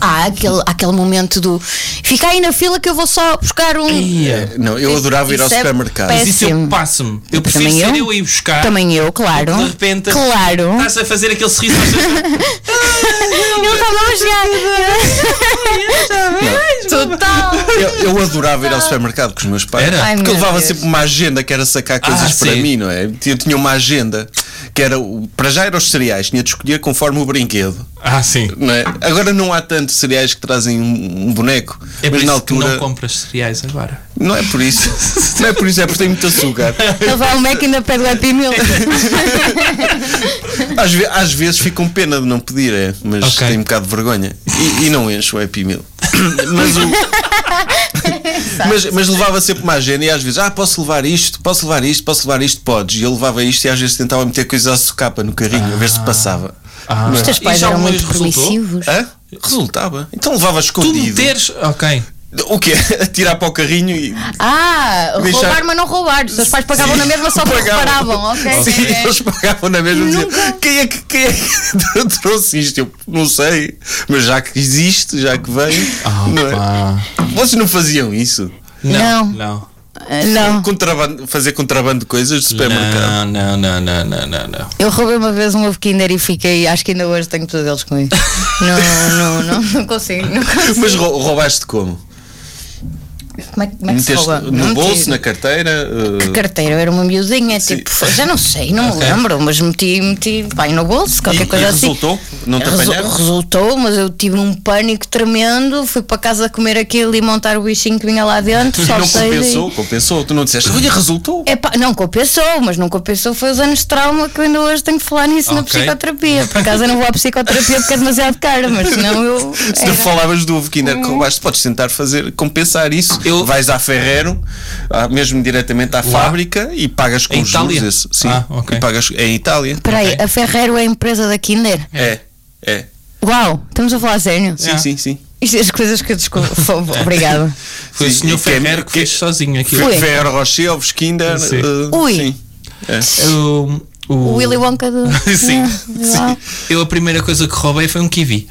S5: Há Ah, aquele, há aquele momento do. Fica aí na fila que eu vou só buscar um.
S3: Ia.
S2: Não, eu
S5: Isso-
S2: adorava ir ao
S5: isso é
S2: supermercado.
S5: péssimo.
S3: Mas isso eu passo-me. Eu prefiro
S5: Também
S3: ser
S5: eu?
S3: eu a ir buscar.
S5: Também eu, claro.
S3: Ah, De repente,
S5: Claro.
S3: estás a fazer aquele sorriso. aos teus-
S5: Eu estava a chegar. Total.
S2: Eu, eu adorava ir ao supermercado com os meus pais.
S3: Era?
S5: Ai,
S2: Porque eu
S5: meu
S2: levava
S5: Deus.
S2: sempre uma agenda que era sacar coisas
S3: Ah,
S2: para
S3: sim.
S2: mim, não é? Eu tinha uma agenda que era. o- Para já eram os cereais, tinha de escolher conforme o brinquedo.
S3: Ah, sim.
S2: Não é? Agora não há tantos cereais que trazem um, um boneco,
S3: É por
S2: mas na
S3: isso que
S2: altura.
S3: não compras cereais agora.
S2: Não é por isso. Não é por isso, é porque tem muito açúcar.
S5: Ele vai ao um Mac e ainda pede o Happy Meal.
S2: Às, ve- às vezes fico com pena de não pedir, é, mas
S3: Ok.
S2: tenho um bocado de vergonha. E, e não encho o Happy Meal. mas, o- mas, mas levava sempre uma agenda e às vezes, ah, posso levar isto, posso levar isto, posso levar isto, podes. E eu levava isto e às vezes tentava meter coisas à socapa no carrinho, a ver se passava.
S3: Ah.
S5: Os teus pais
S3: E já
S5: eram
S3: alguma
S5: muito
S3: vez resultou?
S5: permissivos.
S2: Hã? Resultava. Então levava
S3: Tu
S2: escondido.
S3: meteres. Ok.
S2: O quê? Tirar para o carrinho e.
S5: Ah,
S2: Deixar-
S5: roubar, mas não roubar. Os teus pais pagavam na mesma, só que
S2: Pagavam.
S5: reparavam. Ok, ok,
S2: Sim,
S5: ok.
S2: eles pagavam na mesma dizer, quem é que, quem é que trouxe isto? Eu não sei, mas já que existe, já que veio. não é? Vocês não faziam isso?
S3: Não.
S5: Não.
S3: Não.
S5: Ah, Não,
S2: Contrabando- fazer contrabando de coisas de supermercado.
S3: Não, não, não, não, não, não, não.
S5: eu roubei uma vez um ovo Kinder e fiquei. Acho que ainda hoje tenho pesadelos com isso. Não, não, não, não consigo. Não consigo.
S2: Mas rou- roubaste como?
S5: Como é, que- como é que se
S2: Meteste
S5: rouba?
S2: no
S5: Não
S2: bolso,
S5: meti.
S2: na carteira?
S5: Que
S2: eh,
S5: carteira, eu era uma miudinha, tipo, foi- já não sei, não
S3: Ok.
S5: me lembro, mas meti, meti bem no bolso,
S2: e,
S5: qualquer
S2: e
S5: coisa assim.
S2: resultou? Não te
S5: Resu-
S2: apanharam?
S5: Resultou, mas eu tive um pânico tremendo, fui para casa comer aquilo e montar o bichinho que vinha lá dentro,
S2: E
S5: só
S2: não
S5: sei.
S2: compensou? Compensou? Tu não disseste, olha, resultou?
S5: Epá, não compensou, mas não compensou foi os anos de trauma que ainda hoje tenho que falar nisso na
S3: Ok.
S5: psicoterapia. Por acaso eu não vou à psicoterapia porque é demasiado cara, mas senão eu. é.
S2: Se tu
S5: era- Uhum.
S2: falavas do né, ovo Kinder que roubaste, podes tentar fazer, compensar isso.
S3: Eu-
S2: Vais à Ferrero, à- mesmo diretamente à fábrica e pagas com
S3: Em
S2: os
S3: Itália?
S2: juros. Esse, sim,
S3: Ah, ok.
S2: e pagas é em Itália.
S5: Espera aí, a Ferreiro é a empresa da Kinder?
S2: É, é.
S5: Uau, estamos a falar a sério?
S2: Sim,
S3: Ah.
S2: sim, sim.
S5: Isto é as coisas que eu descobri. Obrigada.
S3: Foi
S2: Sim, é
S3: o Sr.
S2: e
S3: Ferreiro que, fez sozinho aquilo.
S5: Foi.
S2: Ferrero Rocher, ovos Kinder.
S3: Sim.
S2: eh,
S5: Ui.
S2: sim. É.
S3: Eu- o,
S5: O Willy Wonka do.
S3: Sim,
S5: Uau.
S3: Eu a primeira coisa que roubei foi um kiwi.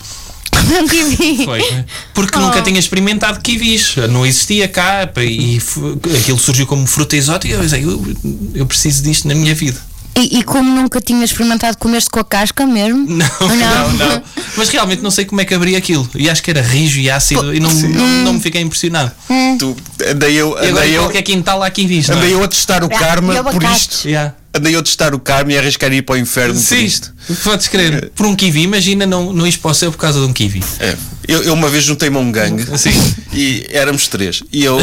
S5: Nunca vi.
S3: Foi. é? Porque nunca tinha experimentado kiwis. Não existia cá pá, e fu- aquilo surgiu como fruta exótica. Eu pensei, eu, eu preciso disto na minha vida.
S5: E, e como nunca tinha experimentado, comeste com a casca mesmo?
S3: Não, não, não. Mas realmente não sei como é que abri aquilo. E acho que era rijo e ácido e não, não,
S5: Hum.
S3: não me fiquei impressionado.
S5: É.
S2: Tu, andei eu,
S3: E agora então
S2: andei eu,
S3: qualquer quintal há kiwis. Não
S2: andei
S3: é?
S2: eu a testar o
S5: Ah, e
S2: karma por
S5: abacates.
S2: isto.
S3: Yeah.
S2: Andei eu a testar o karma e a arriscar ir para o inferno por
S3: Sim,
S2: isto.
S3: podes crer. Por um kiwi, imagina não, não ires para o céu por causa de um kiwi.
S2: É. Eu, eu uma vez juntei-me a um gangue
S3: Sim.
S2: e éramos três. E eu.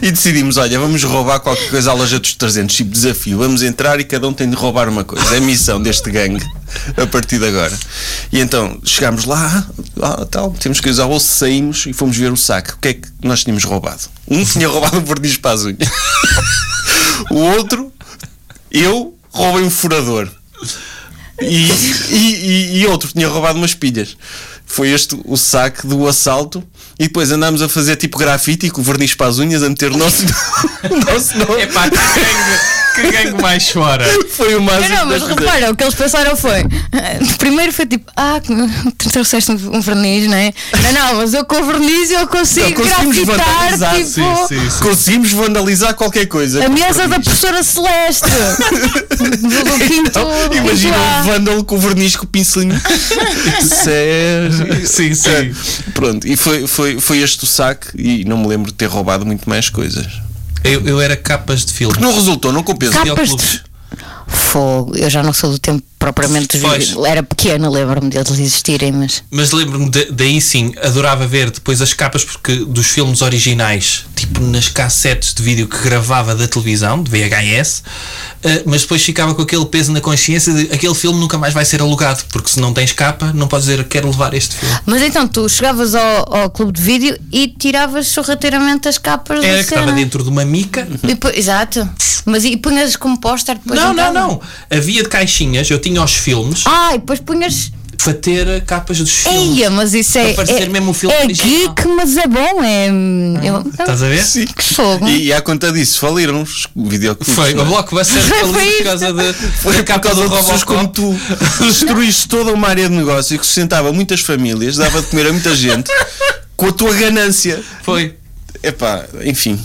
S2: E decidimos, olha, vamos roubar qualquer coisa à loja dos 300, tipo desafio. Vamos entrar e cada um tem de roubar uma coisa. É a missão deste gangue a partir de agora. E então chegámos lá, ah, tal, temos que usar o bolso, saímos e fomos ver o saco. O que é que nós tínhamos roubado? Um tinha roubado um verniz para as unhas. O outro, eu roubei um furador. E, e- e- e outro tinha roubado umas pilhas. Foi este o saque do assalto. E depois andámos a fazer tipo grafite e com verniz para as unhas a meter o nosso, o nosso nome.
S3: É pá, que gangue, que gangue mais fora.
S2: Foi o mais
S5: Não, mas repara, o que eles pensaram foi. eh, Primeiro foi tipo, ah, tu trouxeste um um verniz, não é? Não, não, mas eu com verniz eu consigo
S2: Não, conseguimos
S5: grafitar,
S2: vandalizar,
S3: Sim,
S5: tipo.
S3: sim, sim.
S2: Conseguimos vandalizar qualquer coisa.
S5: A mesa da professora Celeste do, do quinto. quinto
S2: Imagina
S5: A.
S2: um vândalo com verniz com o pincelinho. Sério?
S3: Sim, sim.
S2: É. Pronto, e foi, foi, foi este o saque. E não me lembro de ter roubado muito mais coisas.
S3: Eu, eu era capas de filme.
S2: Não resultou, não compensa.
S5: Capas de- Fogo, eu já não sou do tempo propriamente. dos
S3: Pois.
S5: vídeos. Era pequena, lembro-me deles existirem, mas.
S3: Mas lembro-me de- daí sim, adorava ver depois as capas porque dos filmes originais, tipo nas cassetes de vídeo que gravava da televisão, de VHS, eh, mas depois ficava com aquele peso na consciência de aquele filme nunca mais vai ser alugado, porque se não tens capa, não podes dizer quero levar este filme.
S5: Mas então tu chegavas ao, ao clube de vídeo e tiravas sorrateiramente as capas
S3: Era
S2: É,
S5: da
S3: que estava
S5: cena.
S3: dentro de uma mica.
S5: E depois- exato. Mas e punhas como póster depois?
S3: não, não,
S5: então?
S3: não. Havia de caixinhas, eu tinha os filmes
S5: Ah, e depois punhas.
S3: para ter capas dos filmes.
S5: Eia, mas isso é.
S3: Para parecer
S5: é,
S3: mesmo um filme
S5: é
S3: original. Ah,
S5: geek, mas é bom. É. eu-
S3: Estás a ver?
S2: Sim.
S5: Que fogo.
S2: E, e à conta disso, faliram os videoclubes.
S3: Foi,
S2: não
S3: o
S2: é?
S3: Blockbuster faliu
S5: Foi
S3: por
S5: isto.
S3: causa de,
S2: Foi
S3: da
S2: por
S3: capa
S2: causa
S3: do
S2: de pessoas
S3: Robocop.
S2: como tu. Destruíste toda uma área de negócio que sustentava muitas famílias, dava de comer a muita gente, com a tua ganância.
S3: Foi.
S2: Epá, enfim.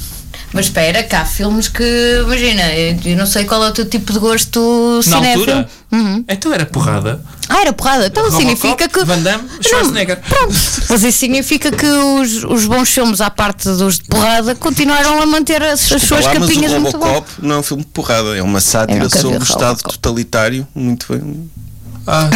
S5: Mas espera, cá há filmes que. Imagina, eu eu não sei qual é o teu tipo de gosto
S3: Na
S5: cinéfilo.
S3: altura?
S2: Uhum.
S3: Então era porrada.
S5: Ah, era porrada. Então
S3: Robocop,
S5: significa que.
S3: Van Damme, Schwarzenegger.
S5: Não, pronto. Mas isso significa que os, os bons filmes, à parte dos de porrada, continuaram a manter as, as suas
S2: Lá, mas
S5: capinhas
S2: o
S5: muito bom.
S2: Robocop não é um filme de porrada, é uma
S5: Eu
S2: sátira
S5: nunca vi
S2: sobre o
S5: o
S2: Estado
S5: Robocop.
S2: totalitário. Muito bem.
S3: Ah,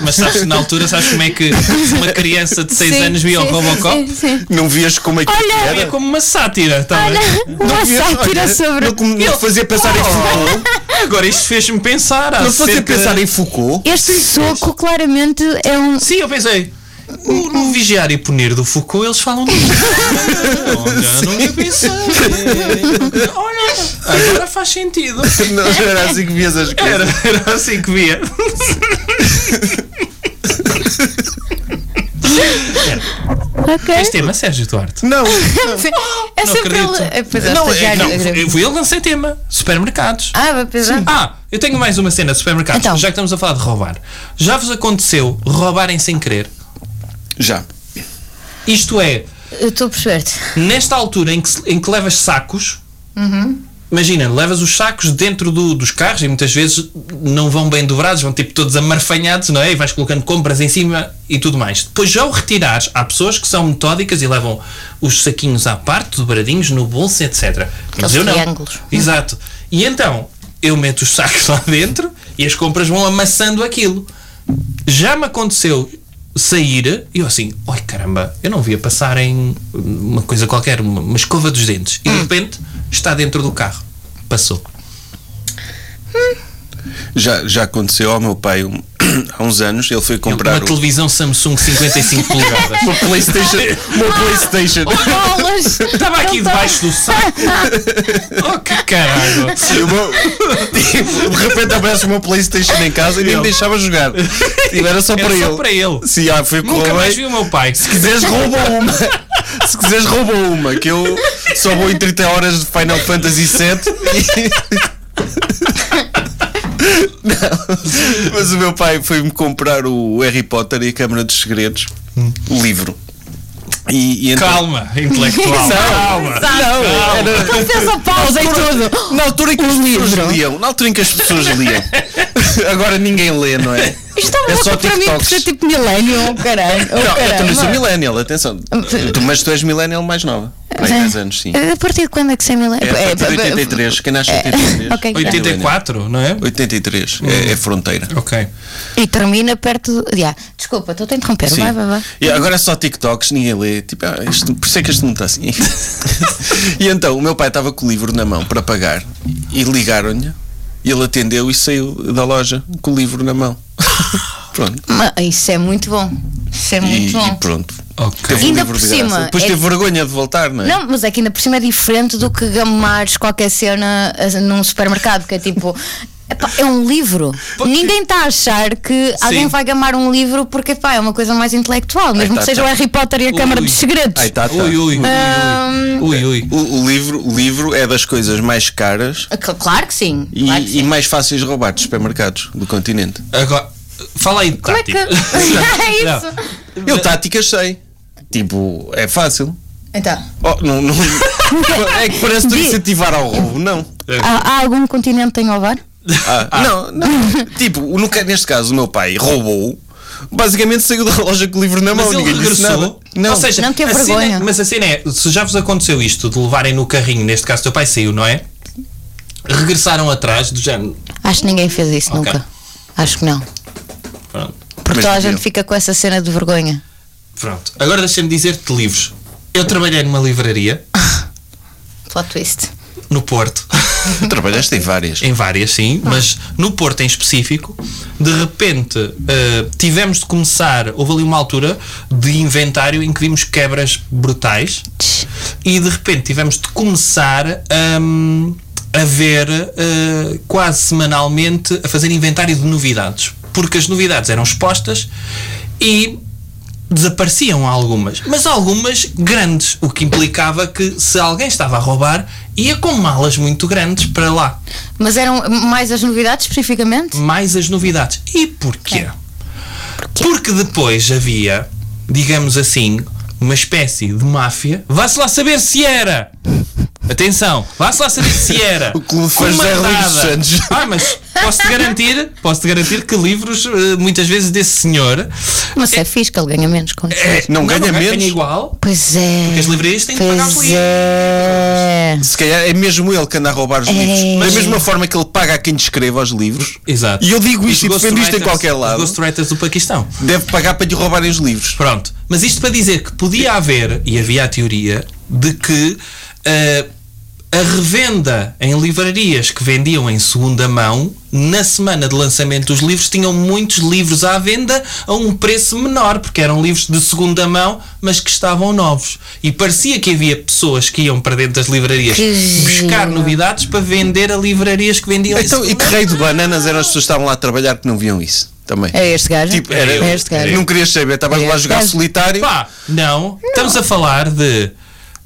S3: mas sabes, na altura, sabes como é que uma criança de 6
S5: Sim,
S3: anos via o
S5: sim,
S3: Robocop?
S5: sim, sim.
S2: Não vias como é que
S5: Olha!
S2: era?
S3: Era como uma sátira, tá
S5: Olha,
S3: bem?
S5: uma
S2: vias,
S5: sátira
S2: olha,
S5: sobre. Oh!
S2: Não, como- não fazia pensar em Foucault.
S3: Agora isto fez-me pensar.
S2: Não fazia
S3: acerca-
S2: pensar em Foucault.
S5: Este soco claramente é um.
S3: Sim, eu pensei. No, no vigiar e punir do Foucault eles falam disso. Olha, nunca pensei. Olha, agora faz sentido.
S2: Não, era assim que vias as coisas.
S3: Era, era assim que via.
S5: Ok.
S3: Este tema, Sérgio Duarte.
S2: Não,
S5: É
S3: Não
S5: sempre
S3: acredito.
S5: ele. É, pois é,
S3: Não,
S5: já
S3: é, não,
S5: agrego.
S3: fui eu que lancei tema. Supermercados.
S5: Ah, vai pesar.
S3: Ah, eu tenho mais uma cena de supermercados.
S5: Então.
S3: Já que estamos a falar de roubar. Já vos aconteceu roubarem sem querer?
S2: já.
S3: Isto é,
S5: Eu estou a perceber-te.
S3: nesta altura em que, se- em que levas sacos.
S5: Uhum.
S3: Imagina, levas os sacos dentro do- dos carros e muitas vezes não vão bem dobrados, vão tipo todos amarfanhados, não é? E vais colocando compras em cima e tudo mais. Depois já o retirares, há pessoas que são metódicas e levam os saquinhos à parte, dobradinhos no bolso, etc.
S5: Aqueles triângulos.
S3: Exato. E então eu meto os sacos lá dentro e as compras vão amassando aquilo. Já me aconteceu sair e eu assim, oi caramba, eu não via passar em uma coisa qualquer, uma, uma escova dos dentes. E
S5: Hum.
S3: de repente está dentro do carro. Passou.
S2: Já, já aconteceu ao meu pai um- há uns anos. Ele foi
S3: Eu, uma
S2: comprar o
S3: televisão Samsung 55 polegadas.
S2: uma PlayStation. Uma PlayStation.
S5: Bolas!
S3: Estava aqui
S5: Não tá-
S3: debaixo do saco. Oh que caralho.
S2: E o meu- tipo, de repente aparece uma PlayStation em casa e nem
S3: Ele.
S2: me deixava jogar. Tipo, era só
S3: Era
S2: para
S3: só
S2: ele.
S3: para ele.
S2: Sim, ah, foi
S3: Nunca
S2: correr
S3: mais vi
S2: bem.
S3: o meu pai.
S2: Se quiseres, rouba uma. Se quiseres, rouba uma. Que eu só vou em 30 horas de Final Fantasy VII. Não. Mas o meu pai foi-me comprar o Harry Potter e a Câmara dos Segredos, o livro. E, e então-
S3: Calma, intelectual. Calma.
S2: Não, era-
S5: Não Então fez a pausa e tudo!
S2: na altura em que as pessoas
S5: livro.
S2: liam, na altura em que as pessoas liam, agora ninguém lê, não é?
S5: Isto é uma
S2: É só
S5: boca para mim por
S2: TikToks.
S5: ser tipo millennial, oh, caralho. Oh,
S2: Não, eu também sou
S5: caramba.
S2: millennial, atenção. Tu- mas tu és millennial mais nova. Para aí, 10 anos, sim.
S5: A partir de quando é que você é
S2: É,
S5: millennial?
S2: a partir de 83, quem nasce em 83.
S5: ok.
S2: é millennial.
S3: 84, não é?
S2: 83, é, é fronteira.
S3: Ok.
S5: E termina perto do. Ya, Desculpa, estou a interromper.
S2: Sim.
S5: Vai, vai, vai.
S2: E agora é só TikToks, ninguém lê. Tipo, ah, isto, por isso é que isto não está assim. e então o meu pai estava com o livro na mão para pagar e ligaram-lhe. Ele atendeu e saiu da loja com o livro na mão. pronto.
S5: Ma- Isso é muito bom. Isso é
S2: E,
S5: muito bom.
S2: e pronto.
S3: Ok.
S2: Teve
S5: Ainda
S2: o livro
S5: por
S2: de
S5: cima,
S2: graça. Depois
S5: é-
S2: teve vergonha de voltar, não é?
S5: Não, mas é que ainda por cima é diferente do que gamares qualquer cena ah, num supermercado, que é tipo. epá, É um livro. Ninguém está a achar que alguém vai gamar um livro porque epá, é uma coisa mais intelectual, mesmo
S2: tá,
S5: que seja
S2: tá.
S5: o Harry Potter e a Câmara dos Segredos.
S2: Ai, tá, tá.
S3: Ui, ui,
S5: Hum.
S3: ui, ui. Ui, ui.
S2: O, o livro, o livro é das coisas mais caras
S5: Ah, cl- Claro que sim.
S2: e,
S5: claro que
S2: e
S5: sim.
S2: mais fáceis de roubar dos supermercados do continente.
S3: Agora, fala aí de
S5: Como é que.
S3: tática.
S5: é isso?
S3: Não.
S2: Eu táticas sei. Tipo, é fácil.
S5: Então.
S2: Oh, não, não- é que parece que
S5: Di-
S2: incentivar ao roubo, não.
S5: Há, há algum continente que tem ovar?
S2: Ah, Não, não. Tipo, no, ca- neste caso, o meu pai roubou, basicamente saiu da loja com o livro na mão,
S3: Mas ele
S2: ninguém lhe disse nada.
S3: regressou.
S2: Não,
S3: Ou seja,
S5: Não teve
S3: a cena é-
S5: vergonha.
S3: mas a cena é, se já vos aconteceu isto de levarem no carrinho, neste caso teu pai saiu, não é? Regressaram atrás do género.
S5: Acho que ninguém fez isso
S3: Ok.
S5: nunca. Acho que não.
S3: Pronto.
S5: Porque
S2: Mas
S5: toda a
S2: deviam.
S5: gente fica com essa cena de vergonha.
S3: Pronto. Agora deixa-me dizer-te de livros. Eu trabalhei numa livraria
S5: Plot twist.
S3: no Porto.
S2: trabalhaste em várias.
S3: Em várias, sim, mas no Porto em específico, de repente eh, tivemos de começar. Houve ali uma altura de inventário em que vimos quebras brutais e de repente tivemos de começar hum, a ver eh, quase semanalmente a fazer inventário de novidades, porque as novidades eram expostas e desapareciam algumas, mas algumas grandes, o que implicava que se alguém estava a roubar ia com malas muito grandes para lá
S5: Mas eram mais as novidades especificamente?
S3: mais as novidades. E porquê? Porque depois havia, digamos assim, uma espécie de máfia. Vá-se lá saber se era! Atenção, vá-se lá saber se era.
S2: O Clube de Fãs de Henrique
S3: comandada-
S2: dos Santos.
S3: Ah, mas posso-te garantir, posso-te garantir que livros, eh, muitas vezes, desse senhor.
S5: Mas se é fixe que ele ganha menos com isso.
S3: eh,
S2: Não ganha menos.
S3: igual.
S5: Pois é.
S3: Porque as livrarias têm de pagar os
S5: Pois
S3: livros.
S5: é.
S2: Se calhar é mesmo ele que anda a roubar os livros.
S5: Mas-
S2: da mesma forma que ele paga a quem descreva os livros.
S3: Exato.
S2: E eu digo isto e
S3: Os
S2: defendo isto em
S3: ghostwriters-
S2: qualquer
S3: os
S2: lado.
S3: Ghostwriters do Paquistão.
S2: Deve pagar para lhe roubarem os livros.
S3: Pronto. Mas isto para dizer que podia haver, e havia a teoria, de que ah, a revenda em livrarias que vendiam em segunda mão, na semana de lançamento dos livros, tinham muitos livros à venda a um preço menor, porque eram livros de segunda mão, mas que estavam novos. E parecia que havia pessoas que iam para dentro das livrarias
S5: Que
S3: buscar
S5: giro.
S3: novidades para vender a livrarias que vendiam em
S2: Então, e que
S3: segunda
S2: rei de bananas eram as pessoas que estavam lá a trabalhar que não viam isso? Também.
S5: É este gajo?
S2: Tipo,
S5: É
S2: era,
S5: este gajo.
S2: não querias saber, estavas
S5: É
S2: lá a
S5: este
S2: jogar
S5: gajo.
S2: solitário.
S3: Pá, não. Estamos a falar de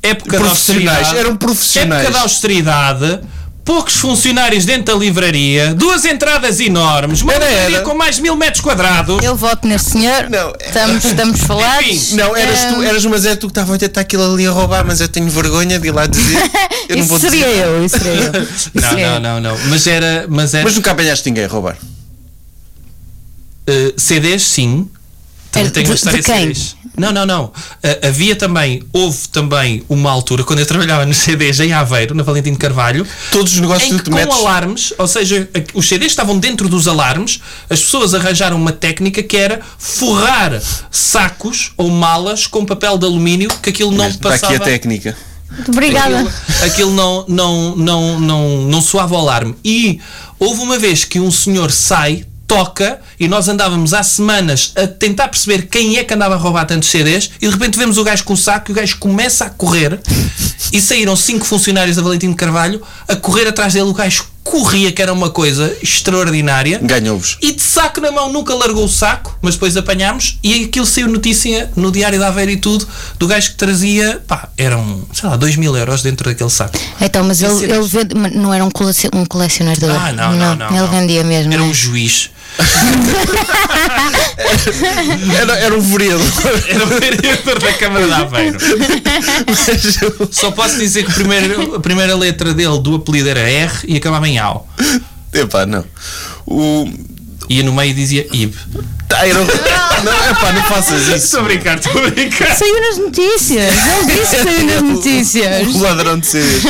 S3: época de
S2: Profissionais,
S3: austeridade.
S2: eram profissionais.
S3: Época de austeridade. Poucos funcionários dentro da livraria, duas entradas enormes, uma
S2: Era,
S3: livraria
S2: era.
S3: com mais de mil metros quadrados.
S5: Eu voto neste senhor.
S2: Não. é.
S5: Estamos, estamos falados.
S3: Enfim,
S2: Não, eras tu,
S5: é,
S2: eras, mas era tu que estava a tentar aquilo ali a roubar, mas eu tenho vergonha de ir lá dizer. Eu não vou
S5: Ah, isso seria
S2: dizer.
S5: eu, isso seria eu.
S3: Não,
S5: Sim.
S3: não, não, não. Mas era. Mas era
S2: Mas nunca apanhaste ninguém a roubar.
S3: eh, CDs, sim. Também
S5: Era
S3: tenho
S5: Eh, de-
S3: uma história
S5: de quem?
S3: CDs. Não, não, não. Ah, havia também, houve também uma altura, quando eu trabalhava nos CDs em Aveiro, na Valentim de Carvalho,
S2: Todos os negócios
S3: em
S2: que
S3: que
S2: tu
S3: com
S2: metes.
S3: alarmes, ou seja, a- os CDs estavam dentro dos alarmes, as pessoas arranjaram uma técnica que era forrar sacos ou malas com papel de alumínio que aquilo não
S2: Está
S3: passava.
S2: aqui a técnica.
S5: Obrigada.
S3: Aquilo não, não, não, não, não soava o alarme. E houve uma vez que um senhor sai, toca, e nós andávamos há semanas a tentar perceber quem é que andava a roubar tantos CDs, e de repente vemos o gajo com o saco, e o gajo começa a correr, e saíram cinco funcionários da Valentim de Carvalho a correr atrás dele. O gajo corria, que era uma coisa extraordinária.
S2: Ganhou-vos.
S3: E de saco na mão nunca largou o saco, mas depois apanhámos e aquilo saiu notícia no Diário da Aveira e tudo do gajo que trazia, pá, eram, sei lá, 2 mil euros dentro daquele saco.
S5: Então, mas
S3: Isso
S5: ele,
S3: é-
S5: ele vende, mas não era um, colec- um colecionador.
S3: Ah, não, não, não.
S5: Ele
S3: não.
S5: vendia mesmo.
S3: Era
S5: não
S3: um
S5: é?
S3: juiz.
S2: Era, era um vereador.
S3: Era o vereador da Câmara de Aveiro. Só posso dizer que o primeiro- a primeira letra dele do apelido era R e acabava em AU.
S2: Epá, não. O,
S3: ia no meio e dizia IB.
S2: Ai, não, não, epá, não faças isso.
S3: Estou a brincar, estou a brincar.
S5: Saiu nas notícias. Ele disse que saiu nas notícias.
S2: O ladrão de CDs.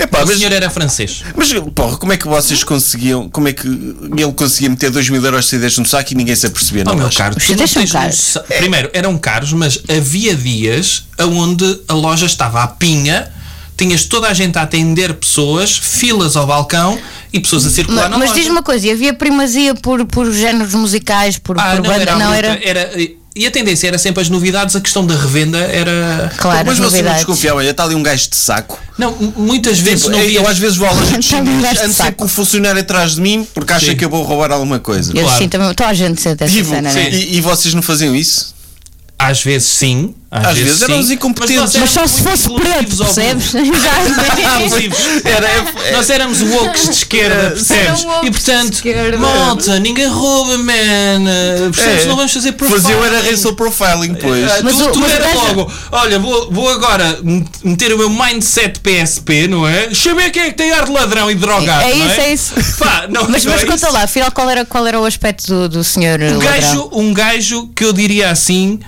S2: Epá,
S3: O
S2: mas,
S3: senhor era francês.
S2: mas, porra, como é que vocês conseguiam. Como é que ele conseguia meter 2 mil euros de CDs no saco e ninguém se apercebia?
S3: Oh,
S2: Não,
S3: meu
S2: acho?
S3: caro, tu
S5: Vocês
S3: não
S5: são
S3: tens
S5: caros.
S3: noção- Primeiro, eram caros, mas havia dias onde a loja estava à pinha, tinhas toda a gente a atender pessoas, filas ao balcão e pessoas a circular
S5: Ma-
S3: na
S5: Mas
S3: loja. Ah,
S5: diz-me uma coisa, e havia primazia por, por géneros musicais, por,
S3: Ah, não,
S5: por banda?
S3: era, a
S5: não,
S3: luta,
S5: era.
S3: era- E a tendência era sempre as novidades, a questão da revenda era.
S5: Claro,
S2: mas vocês
S5: as
S2: não
S5: novidades.
S2: desconfiavam, olha, está ali um gajo de saco.
S3: Não, m- muitas vezes
S2: Tipo,
S3: não
S2: eu,
S3: via.
S2: às vezes vou à loja de
S5: Está ali um
S2: chinês,
S5: gajo de
S2: ando sempre
S5: saco.
S2: com o funcionário atrás de mim porque acha
S3: Sim.
S2: que eu vou roubar alguma coisa.
S5: Eu
S3: Claro.
S5: sim, também. Toda a gente sente essa
S2: Vivo.
S5: cena, não é?
S3: Sim.
S2: E, e vocês não faziam isso?
S3: Às vezes sim. Às,
S2: Às vezes eram
S3: sim.
S2: os incompetentes.
S3: nós
S5: Mas só
S3: éramos
S5: se
S3: muito
S5: fosse preto,
S3: inclusivos ao Ah,
S5: percebes?
S3: vivo.
S5: Já
S3: Inclusivos.
S2: é,
S3: Nós éramos woke de esquerda, percebes?
S5: Eram woke
S3: E
S5: de
S3: portanto,
S5: esquerda.
S3: malta, ninguém rouba, man. Percebes?
S2: É.
S3: Não vamos fazer profile.
S2: Faziam era racial profiling, pois.
S3: Ah,
S5: Mas
S3: tu,
S5: o-
S3: tu
S5: mas
S3: era
S5: veja-
S3: logo, olha, vou, vou agora meter o meu mindset PSP, não é? Deixa eu ver quem é que tem ar de ladrão e drogado.
S5: É
S3: não
S5: isso, é isso.
S3: Pá, não,
S5: Mas,
S3: não
S5: mas
S3: é
S5: conta
S3: isso.
S5: lá, afinal, qual era, qual era o aspecto do, do senhor
S3: um
S5: ladrão?
S3: gajo, um gajo que eu diria assim,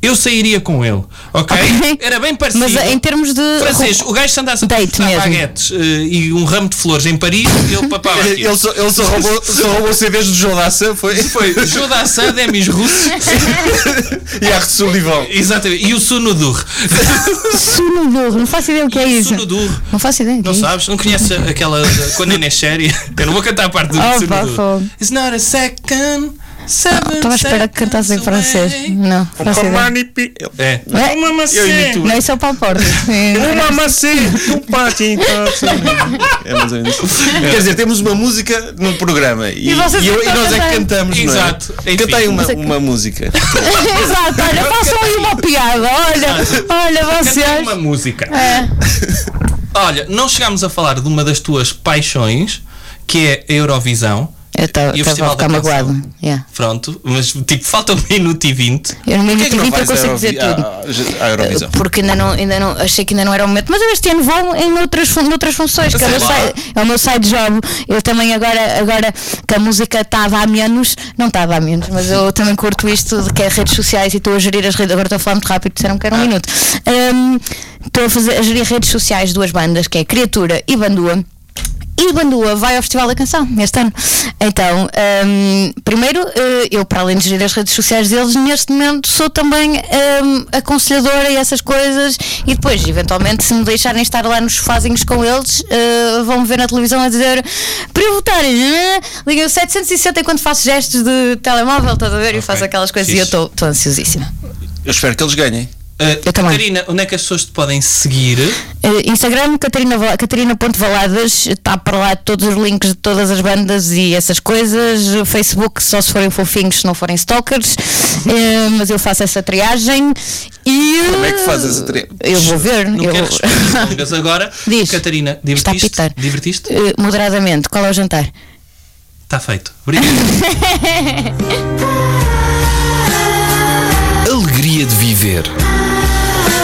S3: eu sairia com ele, ok?
S5: Ok.
S3: Era bem parecido.
S5: Mas em termos de.
S3: Francês, o gajo se andasse a
S5: Date
S3: cortar
S5: mesmo.
S3: baguetes eh, e um ramo de flores em Paris, ele papava aqui.
S2: Ele só, ele só roubou, só roubou CDs do João Dassa, foi?
S3: Foi Judá Sã, Demis é Russo,
S2: E a Ressolivão.
S3: exatamente, e o Sunudur.
S5: Sunudur, não faço ideia o que é isso.
S3: Sunudur.
S5: Não faço ideia. o que é
S3: Não
S5: isso.
S3: sabes? Não conheces aquela de- quando a série? Eu não vou cantar a parte do
S5: Oh, pá,
S3: Sunudur.
S5: fogo.
S3: It's not a second, seven
S5: Estava à espera que cantasse em
S3: seconds away.
S5: francês.
S3: Um
S5: Não, não faço ideia.
S3: É.
S5: É?
S2: Eu imito.
S5: Não, isso é o pau porta.
S2: Uma maçã, um patinho. É mais ou menos isso. Quer dizer, temos uma música num programa e,
S5: E vocês
S2: eu-
S5: estão
S2: nós é que
S5: cantando.
S2: cantamos,
S3: Exato.
S2: não é?
S3: Enfim.
S2: Cantei uma,
S5: Mas é que-
S2: uma música.
S5: Exato, olha, façam aí uma piada. Olha, olha,
S3: Canta
S5: vocês.
S3: uma música.
S5: É.
S3: Olha, não chegámos a falar de uma das tuas paixões, que é a Eurovisão.
S5: Eu estava
S3: E o
S5: a
S3: Festival da
S5: ficar magoado. Yeah.
S3: Pronto, mas tipo, falta um minuto e vinte.
S5: Eu no
S2: Porquê
S5: minuto
S2: é que
S5: e
S2: não
S5: 20 eu
S2: vais
S5: consigo dizer
S3: Ah,
S2: à,
S5: tudo.
S2: Eurovi- à, à Eurovisão?
S5: Porque ainda não, ainda não, achei que ainda não era o momento, mas eu este ano vou em outras, fun- noutras funções, que é o, meu
S3: Sei lá.
S5: side, é o meu side job. Eu também agora, agora que a música estava a menos, não estava a menos, mas eu também curto isto de que é redes sociais e estou a gerir as redes, agora estou a falar muito rápido, disseram que era um minuto. Hum, Estou a, fazer, a gerir redes sociais de duas bandas, que é Criatura e Bandua. E Bandua vai ao Festival da Canção este ano. Então, hum, primeiro, eh, eu, para além de gerir as redes sociais deles, neste momento sou também hum, aconselhadora e essas coisas. E depois, eventualmente, se me deixarem estar lá nos sofazinhos com eles, eh, vão me ver na televisão a dizer para eu votar, eh, liguem o 760 enquanto faço gestos de telemóvel, estás a ver? E faço aquelas coisas e eu
S3: fixe.
S5: estou estou ansiosíssima.
S2: Eu espero que eles ganhem.
S3: Uh,
S5: Eu também.
S3: Catarina, onde é que as pessoas te podem seguir?
S5: Eh, Instagram, Catarina, Vala- Catarina.valadas, está para lá todos os links de todas as bandas e essas coisas. Facebook, só se forem fofinhos, se não forem stalkers. Eh, mas eu faço essa triagem. E,
S2: Como é que fazes essa triagem?
S5: Eu vou ver.
S3: Não
S5: eu
S3: quero
S5: vou-
S3: responder longas agora.
S5: Diz.
S3: Catarina,
S5: Está a
S3: divertiste?
S5: pitar.
S3: Divertiste?
S5: Eh, moderadamente, qual é o jantar?
S3: Está Tá feito. Obrigado.
S6: Alegria de viver.